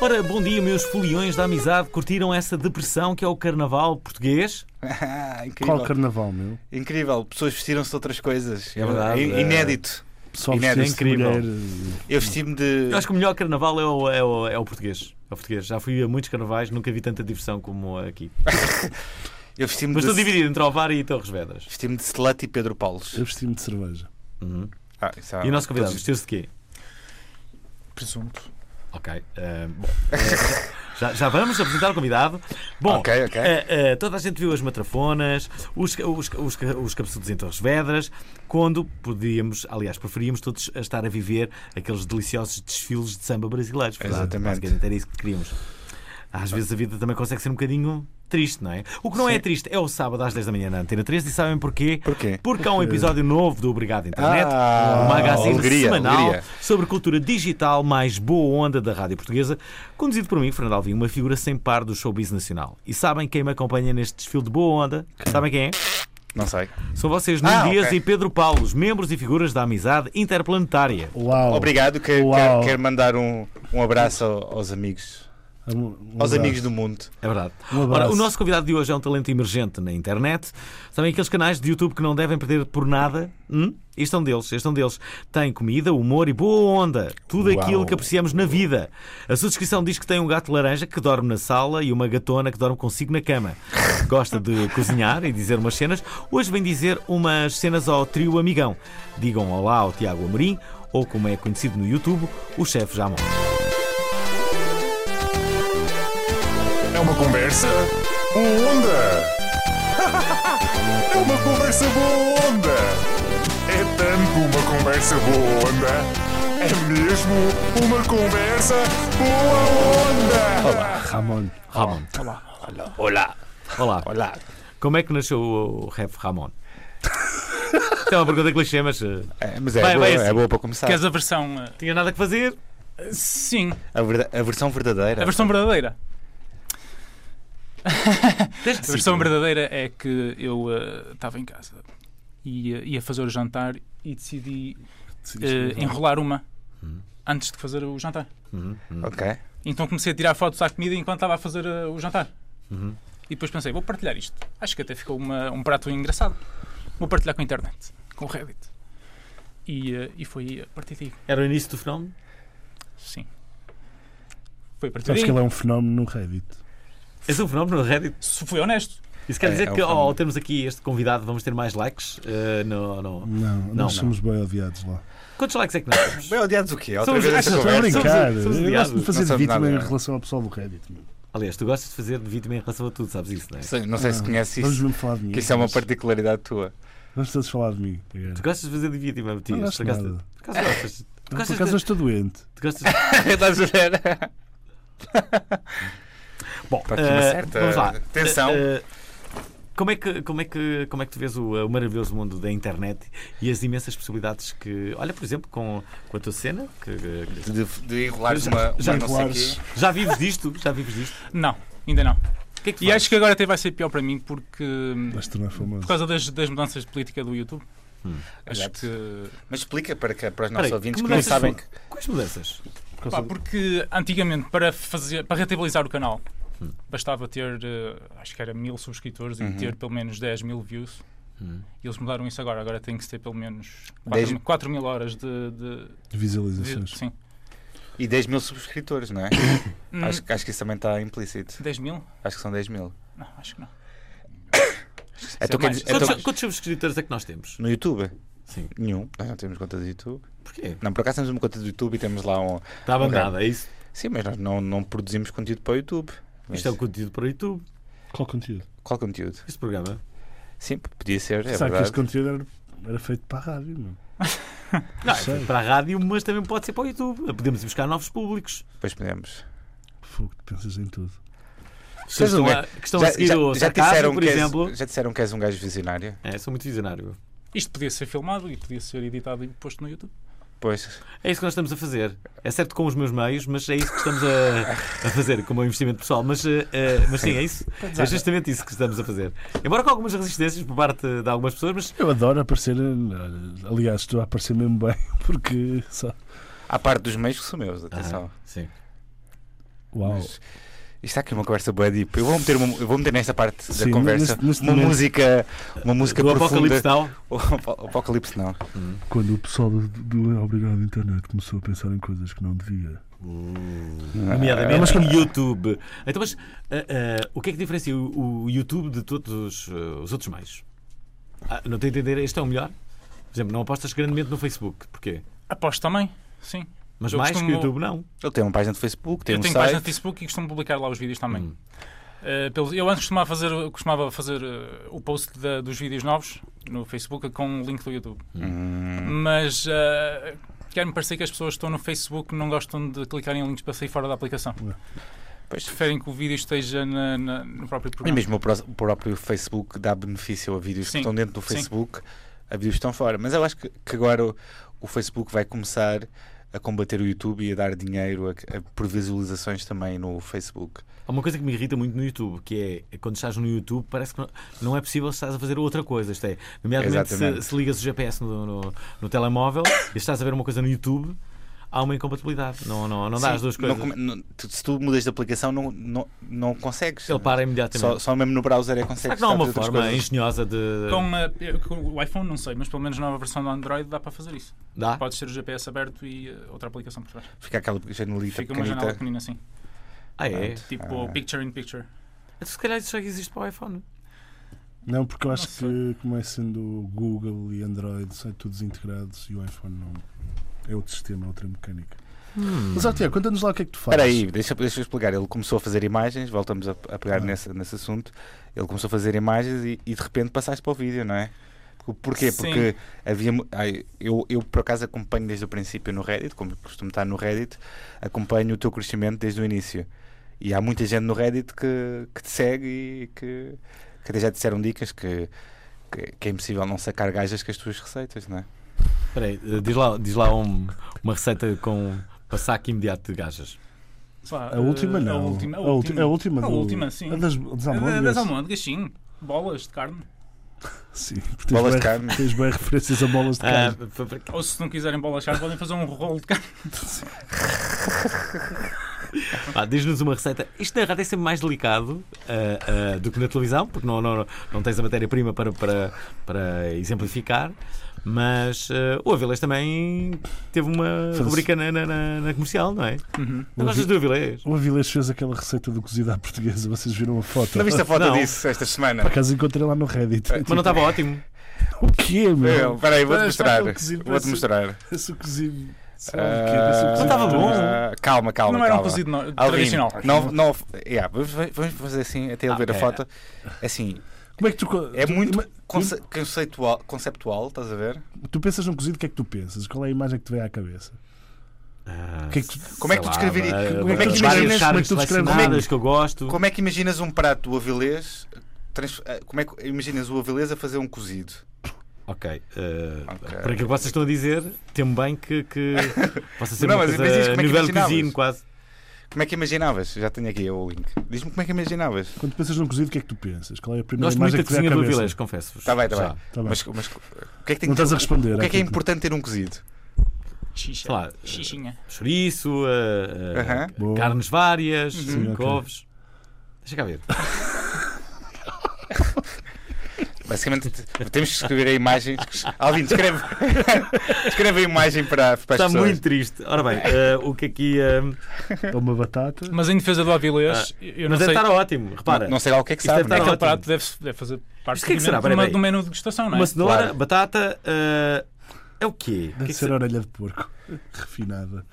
Ora, bom dia, meus foliões da amizade. Curtiram essa depressão que é o carnaval português? Ah, incrível. Qual carnaval, meu? Incrível. Pessoas vestiram-se de outras coisas. É verdade, In- é. Inédito. Só Inédito, vestir-se de incrível. mulher. Eu vesti-me de. Eu acho que o melhor carnaval é o, é o, é o português. É o português. Já fui a muitos carnavais, nunca vi tanta diversão como aqui. Eu vesti-me Mas estou de. dividido entre Ovar e Torres Vedras. Vesti-me de Slut e Pedro Paulos. Eu vesti-me eh, de cerveja. Ah, isso é- E o nosso convidado todos- vestiu-se de quê? Presunto. Ok. eh, bom, eh, já, já vamos apresentar o convidado. Bom, Ok, ok. eh, eh, toda a gente viu as matrafonas, os, ca- os, ca- os, ca- os cabeçudos em Torres Vedras, quando podíamos, aliás, preferíamos todos a estar a viver aqueles deliciosos desfiles de samba brasileiros. verdade? Exatamente. Basicamente era isso que queríamos. Às vezes a vida também consegue ser um bocadinho triste, não é? O que não é triste é o sábado às 10 da manhã na Antena 3 e sabem porquê? Porquê? Porque há um episódio novo do Obrigado Internet, Ah, um magazine alegria, semanal alegria. sobre cultura digital mais boa onda da rádio portuguesa, conduzido por mim, Fernando Alvim, uma figura sem par do showbiz nacional. E sabem quem me acompanha neste desfile de boa onda? Sabem quem é? Não sei. São vocês, Nuno Ah, Dias ok. e Pedro Paulos, membros e figuras da amizade interplanetária. Uau! Obrigado. que- Quero, Uau. quero mandar um, um abraço ao- aos amigos. Um- um Aos abraço. amigos do mundo. É verdade. Um abraço. Ora, o nosso convidado de hoje é um talento emergente na internet. Sabem aqueles canais de YouTube que não devem perder por nada? Hum? Este é um deles, este é um deles. Tem comida, humor e boa onda. Tudo aquilo que apreciamos na vida. A sua descrição diz que tem um gato laranja que dorme na sala e uma gatona que dorme consigo na cama. Gosta de cozinhar e dizer umas cenas. Hoje vem dizer umas cenas ao trio amigão. Digam olá ao Tiago Amorim, ou como é conhecido no YouTube, o chefe Jamon. É uma conversa boa onda. É uma conversa boa onda. É tanto uma conversa boa onda. É mesmo uma conversa boa onda. Ramon. Ramon. Olá. Olá. Olá. Como é que nasceu o Rev Ramon? Isto é uma pergunta clichê, mas eh, É, mas é, Vai, boa, vai assim. é boa para começar. Queres a versão. eh, tinha nada que fazer. Sim, A, verda- a versão verdadeira. a versão verdadeira. Tens A versão verdadeira é que eu eh, estava em casa e eh, ia fazer o jantar e decidi é eh, enrolar uma antes de fazer o jantar. Uhum, Ok. Então comecei a tirar fotos à comida enquanto estava a fazer eh, o jantar. E depois pensei, vou partilhar isto. Acho que até ficou uma- um prato engraçado. Vou partilhar com a internet, com o Reddit. E, eh, e foi a partir daí. Era o início do fenómeno. Sim. Foi a partir Sabes daí. que ele é um fenómeno no Reddit. És um fenómeno no Reddit. Se fui honesto. Isso quer É, dizer é um que ao- ao fenómeno. termos aqui este convidado vamos ter mais likes? Eh, não, não. Não, nós não. somos bem odiados lá. Quantos likes é que nós temos? Bem, odiados o quê? Outra Somos- vez esta achas- Estou a conversa. brincar. somos- somos Eu gosto odiados. de fazer Não de somos vítima nada, em não. relação ao pessoal do Reddit. meu. Aliás, tu gostas de fazer de vítima em relação a tudo, sabes isso, não é? Sei- Não sei se Ah, conheces Vamos isso. mesmo falar de mim. Que isso é uma particularidade tua. Vamos todos falar de mim. agora. Tu gostas de fazer de vítima, Matias? Não gosto Por acaso- nada. por acaso gostas? Tu Por gostas acaso de- hoje estou doente. tu gostas de- Estás a ver? Bom, Está aqui uma eh, certa vamos lá. tensão. Eh, eh, como é, que, como, é que, como é que tu vês o, eh, o maravilhoso mundo da internet e as imensas possibilidades que. Olha, por exemplo, com, com a tua cena, que, que- De, de enrolares uma, uma já não sei enrolares. quê. já vives disto? Já vives disto? Não, ainda não. O que é que tu E acho que agora até vai ser pior para mim porque hum, Vais tornar é famoso. por causa das, das mudanças de política do YouTube. Acho Exato. que. Mas explica para, que- para os Espera aí, nossos ouvintes que que não mudanças sabem foram? Quais mudanças? Pá, porque antigamente para fazer para rentabilizar o canal bastava ter eh, acho que era mil subscritores Uhum. e ter pelo menos 10 mil views. E eles mudaram isso agora, agora tem que ter pelo menos 4, 10 mil horas de, de- De de- visualizações. Sim. E 10 mil subscritores, não é? Hum, acho, que- acho que isso também está implícito. 10 Hum, mil? Acho que são 10 mil. Não, acho que não. É tu é quer mais. dizer- é tu- Quantos, quantos subscritores é que nós temos? No YouTube? Sim. Nenhum. Nós não temos conta do YouTube. Porquê? Não, por acaso temos uma conta do YouTube e temos lá um. Está abandonada, é isso? Sim, mas nós não, não é produzimos conteúdo para o YouTube. Mas Isto é o conteúdo para o YouTube. Qual conteúdo? Qual conteúdo? Este programa. Sim, podia ser, é Sabe que verdade. este conteúdo era, era feito para a rádio, meu. Não, é Sei. feito para a rádio, mas também pode ser para o YouTube. Podemos ir buscar novos públicos. Depois podemos. Fogo, tu pensas em tudo. Que é- estão, a, que estão a seguir o sarcasmo, por que és- exemplo. já disseram que és um gajo visionário? É, sou muito visionário. Isto podia ser filmado e podia ser editado e posto no YouTube. Pois, É isso que nós estamos a fazer. É certo com os meus meios, mas é isso que estamos a, a fazer com o meu investimento pessoal. Mas, eh, eh, mas sim, é isso. É justamente isso que estamos a fazer. Embora com algumas resistências por parte de algumas pessoas, mas Eu adoro aparecer. eh, Aliás, estou a aparecer mesmo bem, porque. Só... à parte dos meios que são meus, É atenção. sim. Uau! Mas Ah. Isto aqui é uma conversa boa deep. Eu vou meter, uma- eu vou meter nesta parte da Sim, conversa neste- neste uma momento. música, uma música Do profunda. Apocalipse Now, O apo- Apocalipse não. Quando o pessoal do, do Obrigado Internet começou a pensar em coisas que não devia. nomeadamente mas o YouTube. Então, mas eh, eh, o que é que diferencia o, o YouTube de todos eh, os outros meios? Ah, não estou a entender, este é o melhor? Por exemplo, não apostas grandemente no Facebook. Porquê? Aposto também, sim. Mas Eu mais que o costumo- YouTube, não. Ele tem uma página de Facebook, tem eu um tenho site. Hum. página no Facebook e costumo publicar lá os vídeos também. Eh, pelos- eu antes costumava fazer, costumava fazer eh, o post da- dos vídeos novos no Facebook com o link do YouTube. Hum. Mas eh, quer-me parecer que as pessoas que estão no Facebook não gostam de clicar em links para sair fora da aplicação. Pois. Preferem que o vídeo esteja na- na- no próprio E programa. mesmo o pró- o próprio Facebook dá benefício a vídeos que Sim, estão dentro do sim. Facebook, a vídeos que estão fora. Mas eu acho que, que agora o, o Facebook vai começar a combater o YouTube e a dar dinheiro a, a- por visualizações também no Facebook. Há uma coisa que me irrita muito no YouTube, que é quando estás no YouTube, parece que não- não é possível estás a fazer outra coisa. Isto é, nomeadamente se, Exatamente. se ligas o GPS no, no- no telemóvel e estás a ver uma coisa no YouTube, há uma incompatibilidade. Não, não, não dá Sim, as duas não coisas. come- não- tu- se tu mudas de aplicação, não, não, não consegues. Ele para imediatamente. Só, só mesmo no browser é que consegues. Será que não há uma fazer outras forma coisas. engenhosa de. Com, eh, eu- com o iPhone, não sei, mas pelo menos na nova versão do Android dá para fazer isso. Ah. Dá? Podes ter o GPS aberto e eh, outra aplicação por trás. Fica aquela janelita Fica uma pequenita. janela pequenina assim. Ah, é? Tipo picture in picture. Então, se calhar isso já existe para o iPhone. Não, porque eu acho Não que, como é sendo o Google e Android, são todos integrados e o iPhone não. É outro sistema, outra mecânica. Hum. Mas, Artiago, conta-nos lá o que é que tu fazes. Espera aí, deixa, deixa eu explicar. Ele começou a fazer imagens, voltamos a, a pegar nesse, nesse assunto. Ele começou a fazer imagens e, e de repente passaste para o vídeo, não é? O Porquê? Sim. Porque havia. mu- ai, eu, eu, por acaso, acompanho desde o princípio no Reddit, como costumo estar no Reddit, acompanho o teu crescimento desde o início. E há muita gente no Reddit que, que te segue e que, que até já te disseram dicas que, que, que é impossível não sacar gajas com as tuas receitas, não é? Espera aí, eh, diz lá, diz lá um- uma receita com passaque imediato de gajas. Sei lá, A última eh, não. A última, a A ulti- última. a última A do- última, sim. Eh, a das- das A almôndegas. das almôndegas, sim. Bolas de carne. Sim, porque tens Bolas de bem- carne. Tens bem referências a bolas de Ah, carne. pa- pa- Ou se não quiserem bolas de carne, podem fazer um rolo de carne. Pá, diz-nos uma receita. Isto na rádio é sempre mais delicado ah, ah, do que na televisão, porque não, não, não tens a matéria-prima para, para, para exemplificar. Mas ah, o Avilés também teve uma Faz- rubrica na, na- na- na comercial, não é? Não gostas do Avilés? O Avilés fez aquela receita do cozido à portuguesa, vocês viram a foto. Não viste a foto Não. disso esta semana? Por acaso encontrei lá no Reddit. É. Tipo, Mas não estava ótimo. O quê, meu? Eu, É, Peraí, vou-te Parece- mostrar. parece um cozido, Vou-te parece- mostrar. Esse cozido. Sabe o quê? Esse Ah, cozido estava bom. português. ah, calma, calma. não era um calma. cozido no- Alvin, tradicional. Não, não, yeah, vamos, vamos fazer assim até ele ver a foto. Assim, Como é que tu. co- é Ah, é. tu- muito ima- conce- conceitual, conceptual, estás a ver? Tu pensas num cozido, o que é que tu pensas? Qual é a imagem que te vem à cabeça? Ah, O que é que tu- Como é que tu descreveria- como Como é que é que tu imaginas? Como imaginas- como é que tu descreves- que eu gosto. Como é que imaginas um prato do Avilés? trans- ah, Como é que imaginas o Avilés a fazer um cozido? Ok. ah, Ok. Por aquilo que vocês estão a dizer, temo bem que, que possa ser Não, uma mas mas diz coisa como é que nível imaginavas. cozinho, quase. Como é que imaginavas? Já tenho aqui o link. Diz-me como é que imaginavas. Quando pensas num cozido, o que é que tu pensas? Qual é a primeira Gosto muito imagem da que te vem cozinha à do cabeça? Avilés, confesso-vos. Está bem, está Já. bem. Tá bem. Mas, mas o que é que tem Não que- estás a responder. o que é que é àquilo importante ter um cozido? Xixa. Sei lá, Xixinha. eh, chouriço, É. ah, ah, Aham. Boa. carnes várias, Sim, ok. couves. Deixa cá ver. Basicamente, t- temos que escrever a imagem. Alvin, escreve, escreve a imagem para, para as Está pessoas. muito triste. Ora bem, eh, o que aqui. eh, É uma batata. Hum, Mas em defesa do Avilés, eu não Ah, mas deve sei. estar ótimo, repara. Não sei lá o que é que Isto deve estar sabe. né? Aquele ótimo. prato deve, deve fazer parte Mas o que é que do será? menu- Peraí, do peraí. menu de degustação, não é? Uma cenoura, Claro. batata. eh, é o quê? O que é Deve que ser se- orelha de porco. Refinada.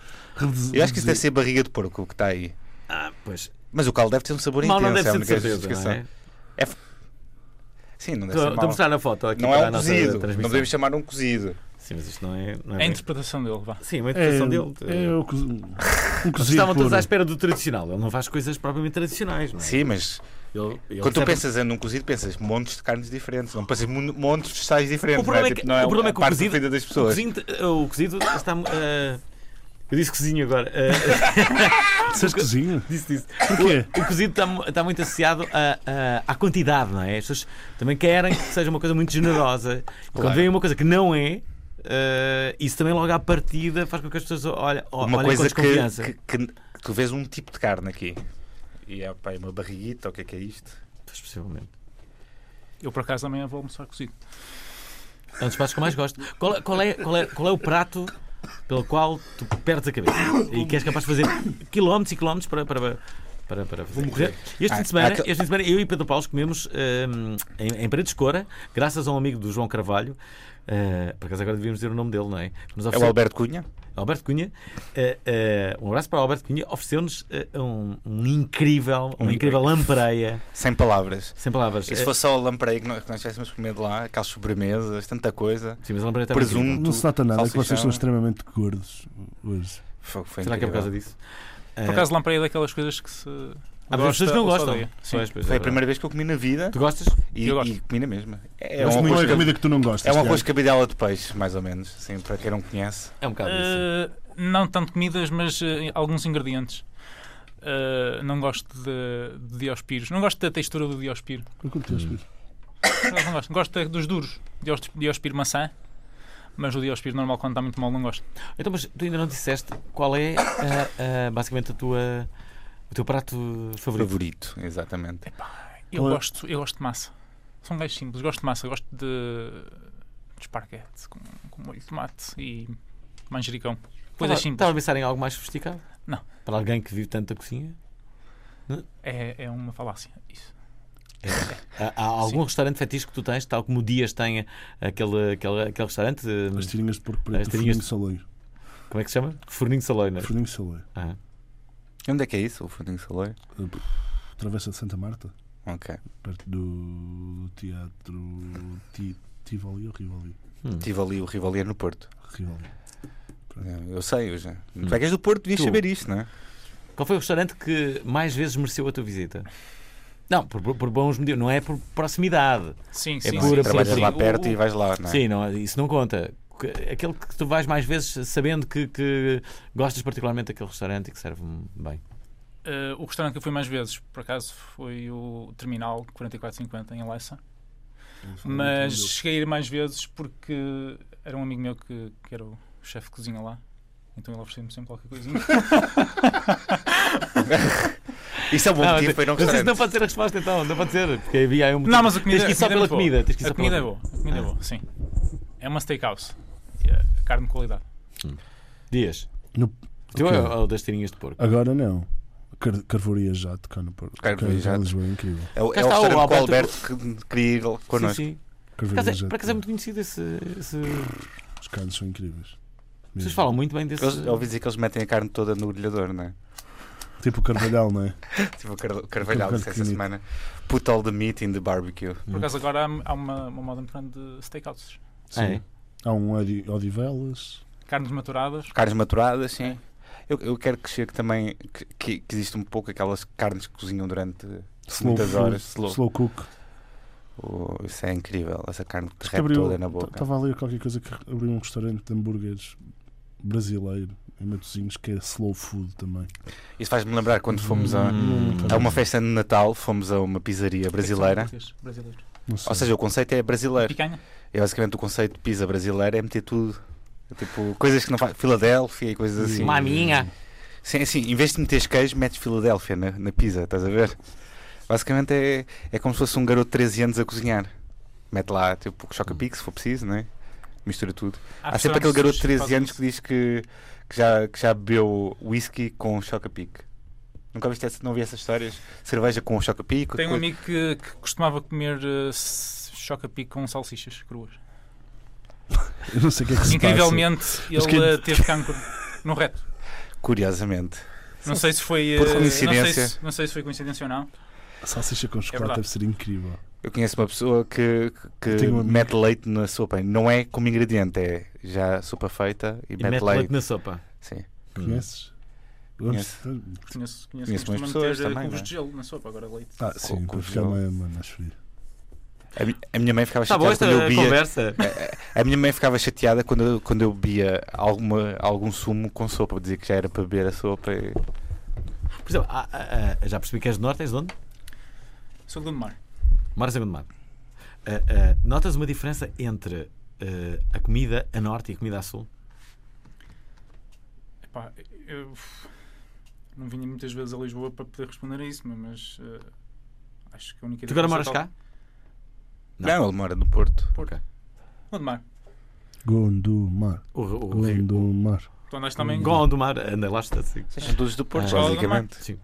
Eu acho que isso deve ser barriga de porco que está aí. Ah, pois. Mas o caldo deve ter um sabor Mal intenso. não deve ser é a de única certeza. Não justificação. é? Sim, não deve Estou ser estou a mau. mostrar na foto aqui Não para é a um nossa cozido. Não transmissão. podemos chamar um cozido. Sim, mas isto não é. Não É a é bem- interpretação dele, vá. Sim, uma É, interpretação dele. é o cozi- um cozido Estavam todos puro. à espera do tradicional. Ele não faz coisas propriamente tradicionais, não é? Sim, mas Ele- ele quando tu recebe- pensas em um cozido, pensas montes de carnes diferentes, não pensas mon- montes de vegetais diferentes. O problema não é é, que- Tipo, não é o problema é a que o parte cozido- preferida das O pessoas. cozido, o cozido está. eh, eu disse cozinho agora. eh, Disseste cozinho? disse, disse. Porquê? O cozido está, mu- está muito associado a- a- à quantidade, não é? As pessoas também querem que seja uma coisa muito generosa. E Quando vem uma coisa que não é, eh, isso também logo à partida faz com que as pessoas olhem, Uma olhem com coisa desconfiança. que, que, que tu vês um tipo de carne aqui. E é pá, é uma barriguita, o que é que é isto? Pois, possivelmente. Eu por acaso amanhã vou almoçar cozido. É um dos pratos que eu mais gosto. Qual, é- qual é, qual, é, qual é o prato pelo qual tu perdes a cabeça e que és capaz de fazer quilómetros e quilómetros para. para para, para fazer. Este, fim de semana, Ah, aquele- este fim de semana, eu e Pedro Paulo comemos hum, em, em Paredes de Coura, graças a um amigo do João Carvalho, ah, por acaso agora devíamos dizer o nome dele, não é? Que nos É o ofereceu- Alberto Cunha? Alberto Cunha. eh, eh, um abraço para o Alberto Cunha. Ofereceu-nos eh, um, um incrível, uma Um- incrível lampreia, Sem palavras. sem palavras. E se Eh, fosse só o lampreia que nós, que nós tivéssemos comido lá, aquelas sobremesas, tanta coisa. Eh, Sim, mas a lampreia estava incrível. Presunto. Não se nota nada, é que salsichão. vocês são extremamente gordos hoje. Foi, foi Será que é por causa incrível. disso? Por acaso lamprei é daquelas coisas que se. Há pessoas que não ou só gostam. odeia. Sim. Pois, pois, é Foi a verdade. primeira vez que eu comi na vida Tu gostas? e, Eu gosto. e comi na mesma. É, Mas um não arroz é com- comida que tu não gostas. é um Tiago. arroz cabidela de peixe, mais ou menos. Sim, para quem não conhece. É um bocado isso. Eh, não tanto comidas, mas eh, alguns ingredientes. Eh, não gosto de, de diospiros. Não gosto da textura do diospiro. Eu curto este bicho. Não, não gosto. Gosto da- dos duros. Dios- Diospiro maçã. Mas o diospiro normal, quando está muito mal, não gosto. Então, mas tu ainda não disseste qual é ah, ah, basicamente a tua, o teu prato favorito. Favorito, exatamente. Eu, Qual é? gosto, eu gosto de massa. São um gajo simples. Gosto de massa. Gosto de, de esparguete com, com molho de tomate e manjericão. Estava- Coisas simples. tá- Estava a pensar em algo mais sofisticado? Não. Para alguém que vive tanto da cozinha? É, é uma falácia. Isso. Há, há algum restaurante fetiche que tu tens, tal como o Dias tem aquele, aquele, aquele restaurante? eh, tipo, As tirinhas de porco As preto, do tirinhas forninho de saleiro. Como é que se chama? Forninho de Saloi, não é? Forninho de saleiro. Ah. E onde é que é isso? O Fundinho Saleiro? Travessa de Santa Marta, Ok. perto do teatro Ti- Tivoli ou Rivoli? Hum. Estive ali o Rivalier no Porto. Rivoli. É, Eu sei, eu já. Tu é que és do Porto, devias Hum. Tu. saber isto, não é? Qual foi o restaurante que mais vezes mereceu a tua visita? Não, por, por- por bons motivos, não é por proximidade. Sim, É sim. pura sim, Trabalhas sim. lá O- perto e vais lá, não é? Sim, não, isso não conta. Que- Aquele que tu vais mais vezes sabendo que, que gostas particularmente daquele restaurante e que serve um bem. Eh, o restaurante que eu fui mais vezes, por acaso, foi o Terminal 4450 em Leça. Mas cheguei a ir mais vezes porque era um amigo meu que, que era o chefe de cozinha lá. Então ele oferecia-me sempre qualquer coisinha. Isso é um bom Não, motivo Ah, mas- para ir a um mas isso restaurante. não pode ser a resposta então, não pode ser. Porque havia aí um motivo. não, mas a comida, Tens que ir só é pela muito boa. comida. Tens que ir A só comida é pela boa. A comida é boa, sim. É uma steakhouse. E é carne de qualidade. Dias. No- O teu Ok. é o das tirinhas de porco. Agora não. Car Carvoria Jato, cá no Porto. Carvoria Cá- cá em Jato. Lisboa, é incrível. É o, Cá é o está o restaurante que o Alberto- Alberto que- queria ir connosco. Sim, sim. Por Carvoria acaso, é- Jato. por acaso é muito conhecido esse. esse... Os carnes são incríveis. Vocês Mesmo. falam muito bem desse. Eles, eu ouvi dizer que eles metem a carne toda no grelhador, não é? Tipo o Carvalhal, não é? Tipo o Car- Carvalhal disse essa pequenito. semana. Put all the meat in the barbecue. Por acaso agora há, há uma, uma moda muito grande de steakhouses. Ah, é? Há um Odi- Odivelas. Carnes maturadas. Carnes maturadas, sim. Eu, eu quero que chegue também que, que- que existe um pouco aquelas carnes que cozinham durante Slow, muitas food, horas. Slow. slow Cook. Oh, isso é incrível, essa carne que derrete toda na boca. Estava a ler qualquer coisa que abriu um restaurante de hambúrgueres brasileiro em Matosinhos que é slow food também. Isso faz-me lembrar quando fomos a, Hum. a uma festa de Natal, fomos a uma pizzaria brasileira. Brasileiro. Não sei. Ou seja, o conceito é brasileiro. Picanha. É basicamente o conceito de pizza brasileira é meter tudo. É Tipo, coisas que não faz. Filadélfia e Hum. coisas assim. Maminha. Sim, assim, em vez de meteres queijo, metes Filadélfia na, na pizza, estás a ver? Basicamente é, é como se fosse um garoto de 13 anos a cozinhar. Mete lá, tipo, choca-pique, se for preciso, né? Mistura tudo. Há sempre aquele garoto de 13 anos que diz que, que já, que já bebeu whisky com choca-pique. Nunca viste essa, não vi essas histórias? Cerveja com choca-pique? Tenho um coisa- amigo que, que costumava comer uh, choca-pico com salsichas cruas. eu não sei o que é que se Incrivelmente, ele Mas que- eh, teve cancro no reto. Curiosamente. Não sei se foi eh, Por não sei coincidência. se, não sei se foi coincidência ou não. passa. Salsicha com chocolate verdade. deve ser incrível. Eu conheço uma pessoa que, que Tenho um amigo. mete leite na sopa. Não é como ingrediente, é já sopa feita e, E mete, mete leite. leite na sopa. Sim. Conheces? Conheço. Conheço, conheço, Conheço umas costuma pessoas meter, eh, também, cubos não é? de gelo na sopa, agora leite. Ah, sim, com para ficar gelo. uma mano a chover. A, mi- a minha mãe ficava Está boa chateada Tá esta quando eu bebia. conversa. A minha mãe ficava chateada quando eu, quando eu bebia alguma, algum sumo com sopa. Dizia que já era para beber a sopa. e- Por exemplo, ah, ah, ah, já percebi que és do Norte, és de onde? Sou do mar. Moras em Gondomar. Ah, ah, notas uma diferença entre ah, a comida a Norte e a comida a Sul? Epá, eu não vinha muitas vezes a Lisboa para poder responder a isso, mas eh, acho que a única Tu agora moras diferença cá? Não. Não. ele mora no Porto. tal- Gondomar. Gondomar. O, o, o Rio. É. Gondomar. Tu Então andaste também. Gondomar, anda lá está. assim. Sim. Vocês são todos do Porto, Ah. basicamente. Sim.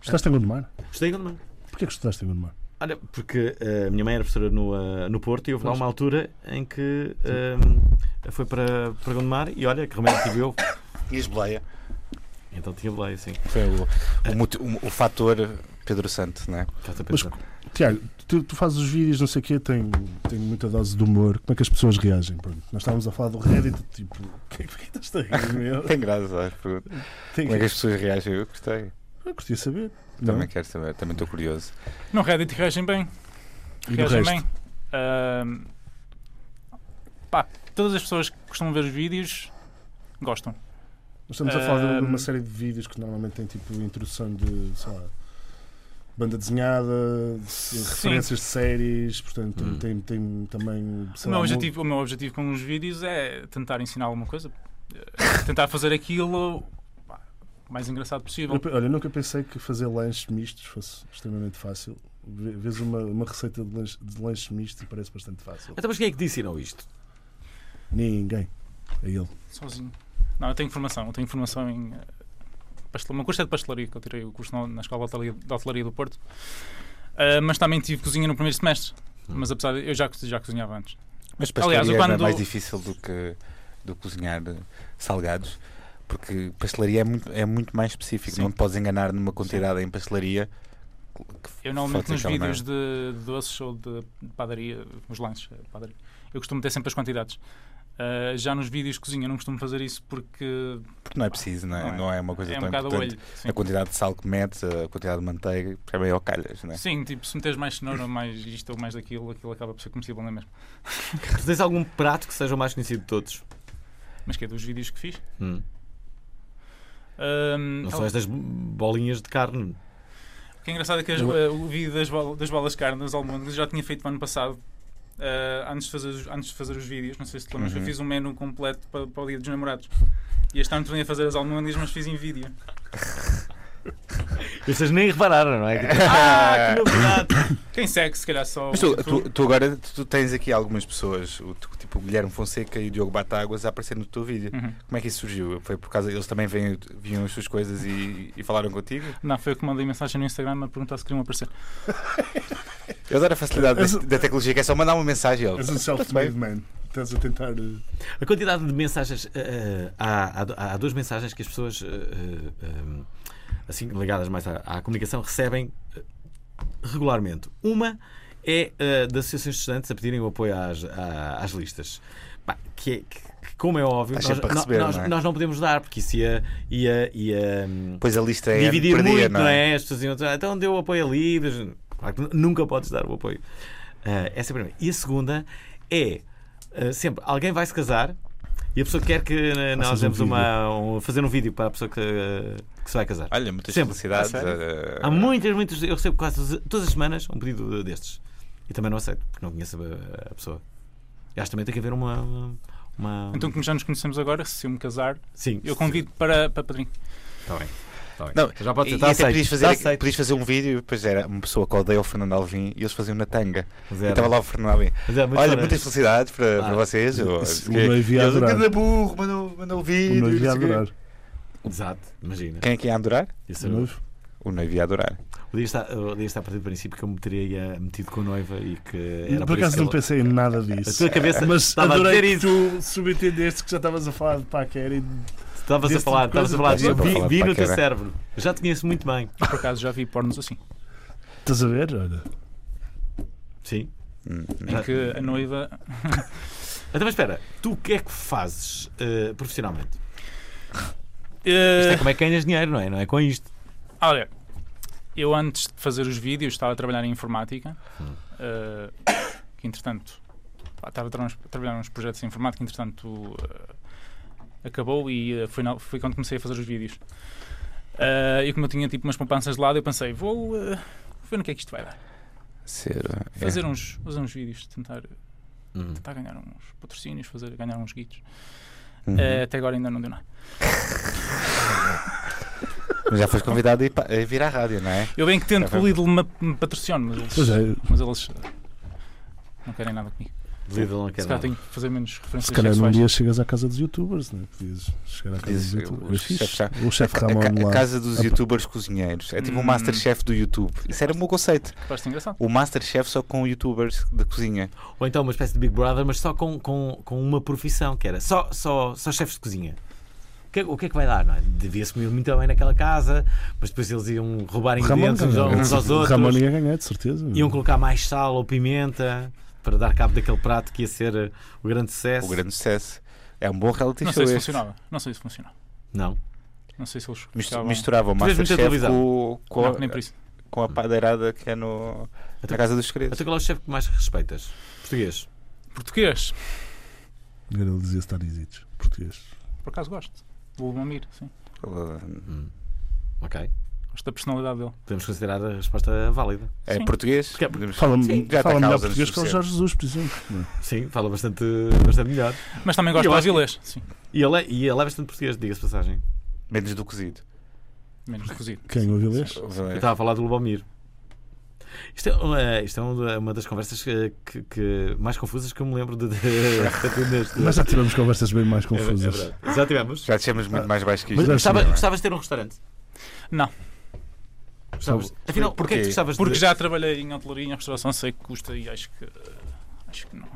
Estudaste em Gondomar? Gostei de Gondomar. Porquê que estudaste em Gondomar? Olha, porque eh, a minha mãe era professora no, ah, no Porto e houve lá uma altura em que eh, foi para, para Gondomar e olha, que remédio tive eu. E esbleia. Então tinha de lá, assim. Foi o, o, motivo- o, o fator Pedro Santo, né? Estás a Mas- pensar. Tiago, tu, tu fazes os vídeos, não sei o quê, tem, tem muita dose de humor. Como é que as pessoas reagem? Pronto, nós estávamos a falar do Reddit, tipo, porquê que estás a rir, meu? Tem graça, a pergunta. Tem Como é que as pessoas reagem? Eu gostei. Eu gostaria de saber. Também Não? é? quero saber, também estou curioso. Não, Reddit reagem bem. E do reagem resto? bem. Ahm, pá, todas as pessoas que costumam ver os vídeos gostam. Nós estamos a falar de Ahm. uma série de vídeos que normalmente tem tipo introdução de, sei lá, banda desenhada, de- referências de séries, portanto Hum. tem, tem também. O Sei lá, meu, mu- objetivo, o meu objetivo com os vídeos é tentar ensinar alguma coisa. Eh, tentar fazer aquilo pá, o mais engraçado possível. Eu pe- olha, eu nunca pensei que fazer lanches mistos fosse extremamente fácil. Vê- Vês uma, uma receita de lanche, de lanche misto e parece bastante fácil. Então, mas quem é que te ensinou isto? Ninguém. É ele. Sozinho. Não, eu tenho formação. Eu tenho formação em eh, pastel... uma curso é de pastelaria, que eu tirei o curso na, na Escola de Hotelaria, de Hotelaria do Porto. Ah, mas também tive cozinha no primeiro semestre. Mas apesar de eu já, co- já cozinhava antes. Hum. Mas Aliás, pastelaria o pano é do- mais difícil do que do que cozinhar salgados, porque pastelaria é muito, é muito mais específico. Sim. Não te podes enganar numa quantidade em pastelaria. que Eu fazes normalmente nos aquela vídeos merda. de, de doces ou de de padaria, nos lanches, eh, padaria, eu costumo ter sempre as quantidades. Ah, já nos vídeos de cozinha eu não costumo fazer isso porque Porque não é preciso, não é, Não não é. é. uma coisa é um tão bocado a importante. olho. Sim. A quantidade de sal que metes, a quantidade de manteiga, porque é bem ao calhas, não é? Sim, tipo, se meteres mais cenoura, mais isto ou mais daquilo, aquilo acaba por ser comestível, não é mesmo? Tu tens algum prato que seja o mais conhecido de todos? Mas que é dos vídeos que fiz. Hum. Ah, Não ela- são estas bolinhas de carne. O que é engraçado é que as- eh, o vídeo das, bol- das bolas de carne, das almôndegas, já tinha feito no ano passado. eh, antes, de fazer os, antes de fazer os vídeos, não sei se te lembras, Uhum. eu fiz um menu completo para, para o dia dos namorados. E este ano também a fazer as almôndegas, mas fiz em vídeo. Vocês nem repararam, não é? Ah, que novidade! Quem segue, se calhar só. Mas o tu, YouTube. tu- tu agora tu tens aqui algumas pessoas, o, tu- tipo o Guilherme Fonseca e o Diogo Batáguas, a aparecer no teu vídeo. Uhum. Como é que isso surgiu? Foi por causa eles também veem, viam as suas coisas e, e falaram contigo? Não, foi eu que mandei mensagem no Instagram a perguntar se queriam aparecer. Eu adoro a facilidade da, da tecnologia, que é só mandar uma mensagem. Ele, És um self-made man. Estás a tentar. eh, A quantidade de mensagens. eh, eh, há, há, há duas mensagens que as pessoas, eh, eh, eh, assim, ligadas mais à, à comunicação, recebem eh, regularmente. Uma é eh, das associações de estudantes a pedirem o apoio às, à- às listas. Pá, que, é- que- que, como é óbvio, Está nós, sempre a receber, nós- não é? nós não podemos dar, porque isso ia. ia, ia hum, Pois a lista é dividir perdia, muito, não é? As pessoas iam dizer, "Ah, então deu apoio a livres. Claro que nu- nunca podes dar o apoio. Ah, essa é a primeira. E a segunda é ah, sempre alguém vai se casar e a pessoa quer que ah, nós Faças um demos vídeo. uma, um- fazer um vídeo para a pessoa que, ah, que se vai casar. Olha, muitas Sempre. felicidades. Ah, sério? eh, Há muitas, muitas. Eu recebo quase todas as semanas um pedido destes. E também não aceito, porque não conheço a, a pessoa. E acho que também tem que haver uma. uma- Então, como já nos conhecemos agora, se eu me casar, Sim, eu convido para, para padrinho. Está bem. Está bem. Não, já pode e ser. Está até aceito. podias fazer, Está aceito. podias fazer um vídeo, depois era uma pessoa que odeia o Fernando Alvim e eles faziam na tanga. Mas E era- estava lá o Fernando Alvim. mas era muito Olha, honesto. muitas felicidades para, Ah. para vocês. Eu, Isso, eu, o noivo ia adorar. burro, mandou, mandou o O vídeo. noivo ia não sei o quê. adorar. Exato, imagina. Quem é que ia adorar? Isso O era- noivo. O noivo ia adorar. O dia está, o dia está a partir do princípio que eu me teria eh, metido com a noiva e que era Por acaso isso não que eu- pensei em nada A disso. tua cabeça Mas estava a dizer adorei que isso. tu subentendeste que já estavas a falar de paquera e Estavas a desse falar, tipo de estavas a falar coisa, disso. estava a Vi, falar de vi no teu paquera. cérebro. Eu Já te conheço muito bem. Por acaso já vi pornos assim. Estás a ver? Olha. Sim. Hum, Ah. em que a noiva. Então, mas espera, tu o que é que fazes eh, profissionalmente? Eh, É como é que ganhas dinheiro, não é? Não é com isto. Olha, eu antes de fazer os vídeos estava a trabalhar em informática, Hum. eh, que entretanto pá, estava a tra- trabalhar nos projetos em informática, que entretanto eh, acabou e eh, foi, na- foi quando comecei a fazer os vídeos. Eh, e como eu tinha tipo umas poupanças de lado, eu pensei, vou eh, ver no que é que isto vai dar. Ser, é. Fazer, um, uns, fazer uns vídeos, tentar, Uhum. tentar ganhar uns patrocínios, fazer, ganhar uns guitos. Uhum. Eh, até agora ainda não deu nada. Mas Já foste convidado a ir pa- a vir à rádio, não é? Eu bem que tento que Tá o bem. Lidl me, me patrocione, mas eles, Pois é, mas eles eh, não querem nada comigo. Lidl não quer Se calhar nada. tenho que fazer menos referências se é calhar num sexuais. dia chegas à casa dos youtubers, né? Podias chegar à casa Podias- dos youtubers. o Era fixe. chefe- O chefe A, ca- Ramon a lá. casa dos Ah, youtubers cozinheiros. É tipo o Hum. Masterchef do YouTube. Isso era o meu conceito. Parece engraçado. O Masterchef só com youtubers de cozinha. Ou então uma espécie de Big Brother, mas só com, com, com uma profissão, que era só, só, só chefes de cozinha. O que, é- o que é que vai dar? Não é? Devia-se comer muito bem naquela casa, mas depois eles iam roubar Ramon, ingredientes uns aos- uns aos outros, um Ramon ia ganhar, de certeza. iam colocar mais sal ou pimenta para dar cabo daquele prato que ia ser eh, o grande sucesso. O grande sucesso. É um bom reality Não show sei se este. funcionava. Não sei se funcionava. Não. Não sei se eles Mistu- ficavam- Misturava o Tu vês muita Masterchef televisão? com, com, Não, nem por isso. a, com a padeirada que é no, Até- na Casa dos Segredos. Até qual é o chefe que mais respeitas? Português. Português. Ele dizia Stanisites, português. Por acaso gosto. O Mamir, sim. Ok. Gosto da personalidade dele. Podemos considerar a resposta válida. É Sim. português? Porque- Podemos- Fala, Sim, já está fala melhor causa português que o suficiente. Jorge Jesus, por exemplo. não é? Sim, fala bastante, bastante melhor. Mas também E gosto eu de acho que- Avilés. Sim. E ele, é, e ele é bastante português, diga-se de passagem. Menos do cozido. Menos de cozido. Quem, o Avilés? É. Eu estava a falar do Lubomir. Isto é, uma, isto é uma uma das conversas eh, que, que- mais confusas que eu me lembro de, de, de ter neste- Mas já tivemos conversas bem mais É- é confusas. verdade. já tivemos. Já dissemos muito mais baixo que Mas isto. gostava, sim, não é? gostavas de ter um restaurante? Não. Gostavas, afinal, porquê é que Porquê? gostavas Porque de... já trabalhei em hotelaria, em restauração, sei que custa e acho que. eh, Acho que não.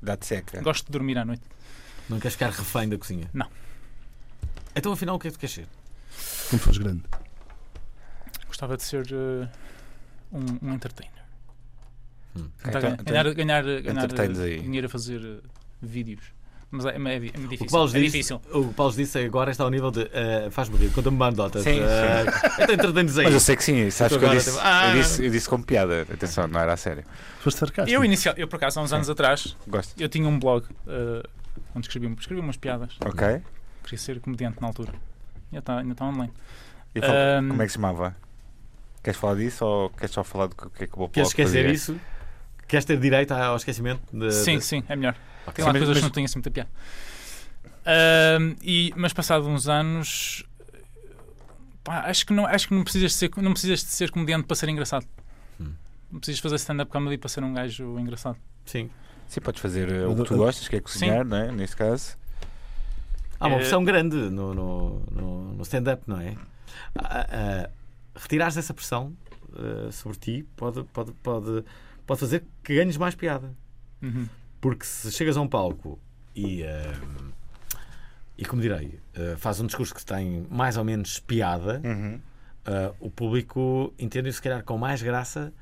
Dá-te seca. Gosto de dormir à noite. Não queres ficar refém da cozinha? Não. Então, afinal, o que é que tu queres ser? Quando fores grande. Gostava de ser eh, um, um entertainer. Então- Tentar então- tá ganhar ganhar, ganhar, entertains eh, aí. dinheiro a fazer eh, vídeos. Mas é, é, é O que difícil. Paulo É disse, difícil. o que Paulo disse agora está ao nível de eh, faz-me rir, conta-me bandotas. Sim, sim. então, entretém-nos aí. Mas eu sei que sim, sabes Então que eu agora disse, tem- Ah, eu, não. disse, eu disse com piada. Atenção, não era a sério. Foste Ah, sarcástico. Eu, inicial, eu, por acaso, há uns anos atrás, Gosto. eu tinha um blog eh, onde escrevi, escrevi umas piadas. Ok? Queria ser comediante na altura. Ainda está, ainda está online. E fala- Ahm. como é que se chamava? Queres falar disso ou queres só falar do que, que é que o Bob Queres Rock fazia? esquecer isso? Queres ter direito ao esquecimento? de- sim, de- sim, é melhor. Ok. Tem Sim, mas- lá coisas mas- que não têm assim muita piada. Ahm, e, mas passado uns anos. pá, acho que, não, acho que não, precisas de ser, não precisas de ser comediante para ser engraçado. Hum. Não precisas fazer stand-up comedy para ser um gajo engraçado. Sim. Sim, podes fazer eh, o que tu gostas, que é cozinhar, não é? Nesse caso. Há uma Eh, pressão grande no, no, no- no stand-up, não é? Ah, ah, retirares essa pressão ah, sobre ti pode, pode, pode, pode fazer que ganhes mais piada. Uhum. Porque se chegas a um palco e, ah, e como direi, ah, faz um discurso que tem mais ou menos piada, ah, o público entende-o se calhar com mais graça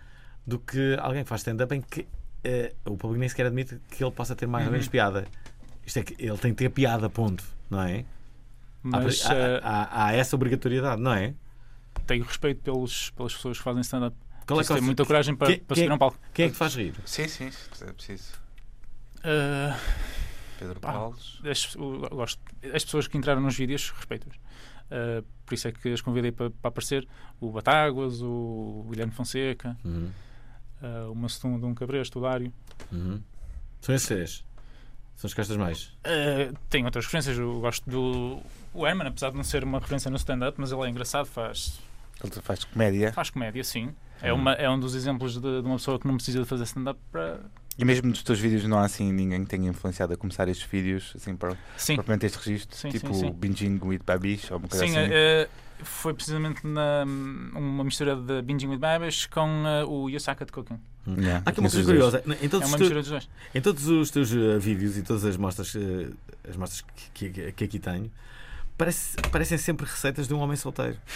do que alguém que faz stand-up em que ah, o público nem sequer admite que ele possa ter mais ou menos piada. Isto é que ele tem que ter piada, ponto, não é? Ah, Há- Mas há, eh, há- há essa obrigatoriedade, não é? tenho respeito pelos, pelas pessoas que fazem stand-up. Qual é Preciso que ter muita coragem para, Quem- para quem- subir a um palco. Quem é que te faz rir? Sim, sim, é preciso. Ah, Pedro Pá. Paulos. as, eu gosto. As pessoas que entraram nos vídeos, respeito-as. Ah, por isso é que as convidei para, para aparecer. O Batáguas, o Guilherme Fonseca, Uhum, ah, o Macedum de um Cabresto, o Dário. uhum. São esses três. São as costas mais. Ah, tem outras referências. Eu gosto do o Herman, apesar de não ser uma referência no stand-up, mas ele é engraçado, faz, Ele faz comédia. faz comédia, sim. É, Uhum. uma, é um dos exemplos de, de uma pessoa que não precisa de fazer stand-up para. E mesmo dos teus vídeos não há assim ninguém que tenha influenciado a começar estes vídeos, assim, para, Sim. propriamente este registro, Sim, tipo sim, sim. Binging with Babish ou uma coisa Sim, assim. eh, foi precisamente na, hum, uma mistura de Binging with Babish com eh, o Yosaka de Cooking. Yeah, Há aqui uma conheço coisa os dois. curiosa. Em é todos, uma os mistura teus, dos dois. em todos os teus eh, vídeos e todas as mostras, eh, as mostras que, que- que aqui tenho, parece- parecem sempre receitas de um homem solteiro.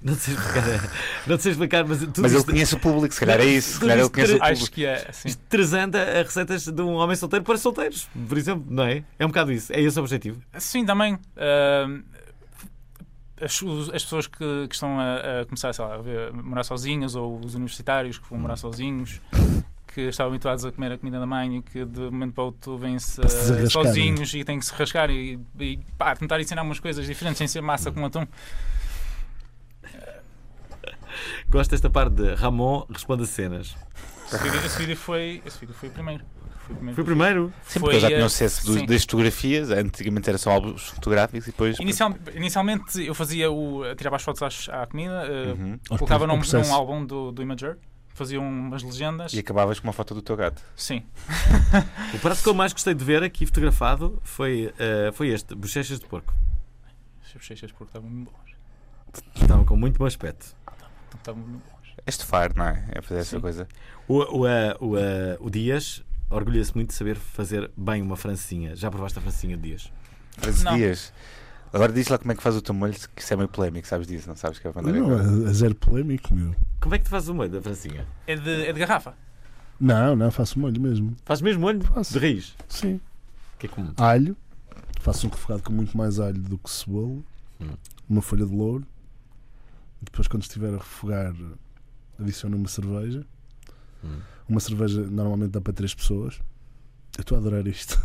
Não sei explicar, é. não sei explicar mas tudo Mas eu isto, conheço o público, se calhar é isso. Se Tudo calhar eu isto conheço o Acho público. que é assim. isto trazendo a a receitas de um homem solteiro para solteiros, por exemplo, não é? É um bocado isso, é esse o objetivo. Sim, também. ahm, as, os- as pessoas que, que estão a, a começar sei lá, a ver- a morar sozinhas ou os universitários que vão morar sozinhos que estavam habituados a comer a comida da mãe e que de um momento para o outro vêm-se ah, se rascar, sozinhos e têm que se rascar e, e, pá, tentar ensinar umas coisas diferentes sem ser Hum. massa com atum. Gosto desta parte de Ramon responde a cenas. Esse vídeo, esse vídeo foi, esse vídeo foi o primeiro. Foi o primeiro. Foi o primeiro. Sim, porque eu já Foi, tinha eh, o sucesso do- sim. das fotografias. Antigamente era só álbuns fotográficos e depois. Inicial- inicialmente eu fazia o. tirava as fotos às- à comida, ah, Uhum. colocava o num, processo. num álbum do, do Imager, fazia umas legendas. E acabavas com uma foto do teu gato. Sim. O prato que eu mais gostei de ver aqui fotografado foi, eh, foi este, bochechas de porco. As bochechas porque estavam muito boas. então Estavam com muito bom aspecto. Estavam muito boas. É estufar, não é? É fazer essa Sim. coisa. O, o, eh, o, eh, o Dias orgulha-se muito de saber fazer bem uma francinha. Já provaste a francinha, Dias? Treze Não. dias. Agora diz lá como é que faz o teu molho, que isso é meio polémico, sabes disso, não sabes que é a bandeira Não, agora. é- é zero polémico, meu. Como é que tu fazes o molho da francinha? É de, é de garrafa. Não, não, faço um molho mesmo. Fazes mesmo molho Faço. de raiz? Sim. Que é comum. Alho. Faço um refogado com muito mais alho do que cebola. Hum. Uma folha de louro. Depois, quando estiver a refogar, adiciono uma cerveja. Hum. Uma cerveja normalmente dá para três pessoas. Eu estou a adorar isto.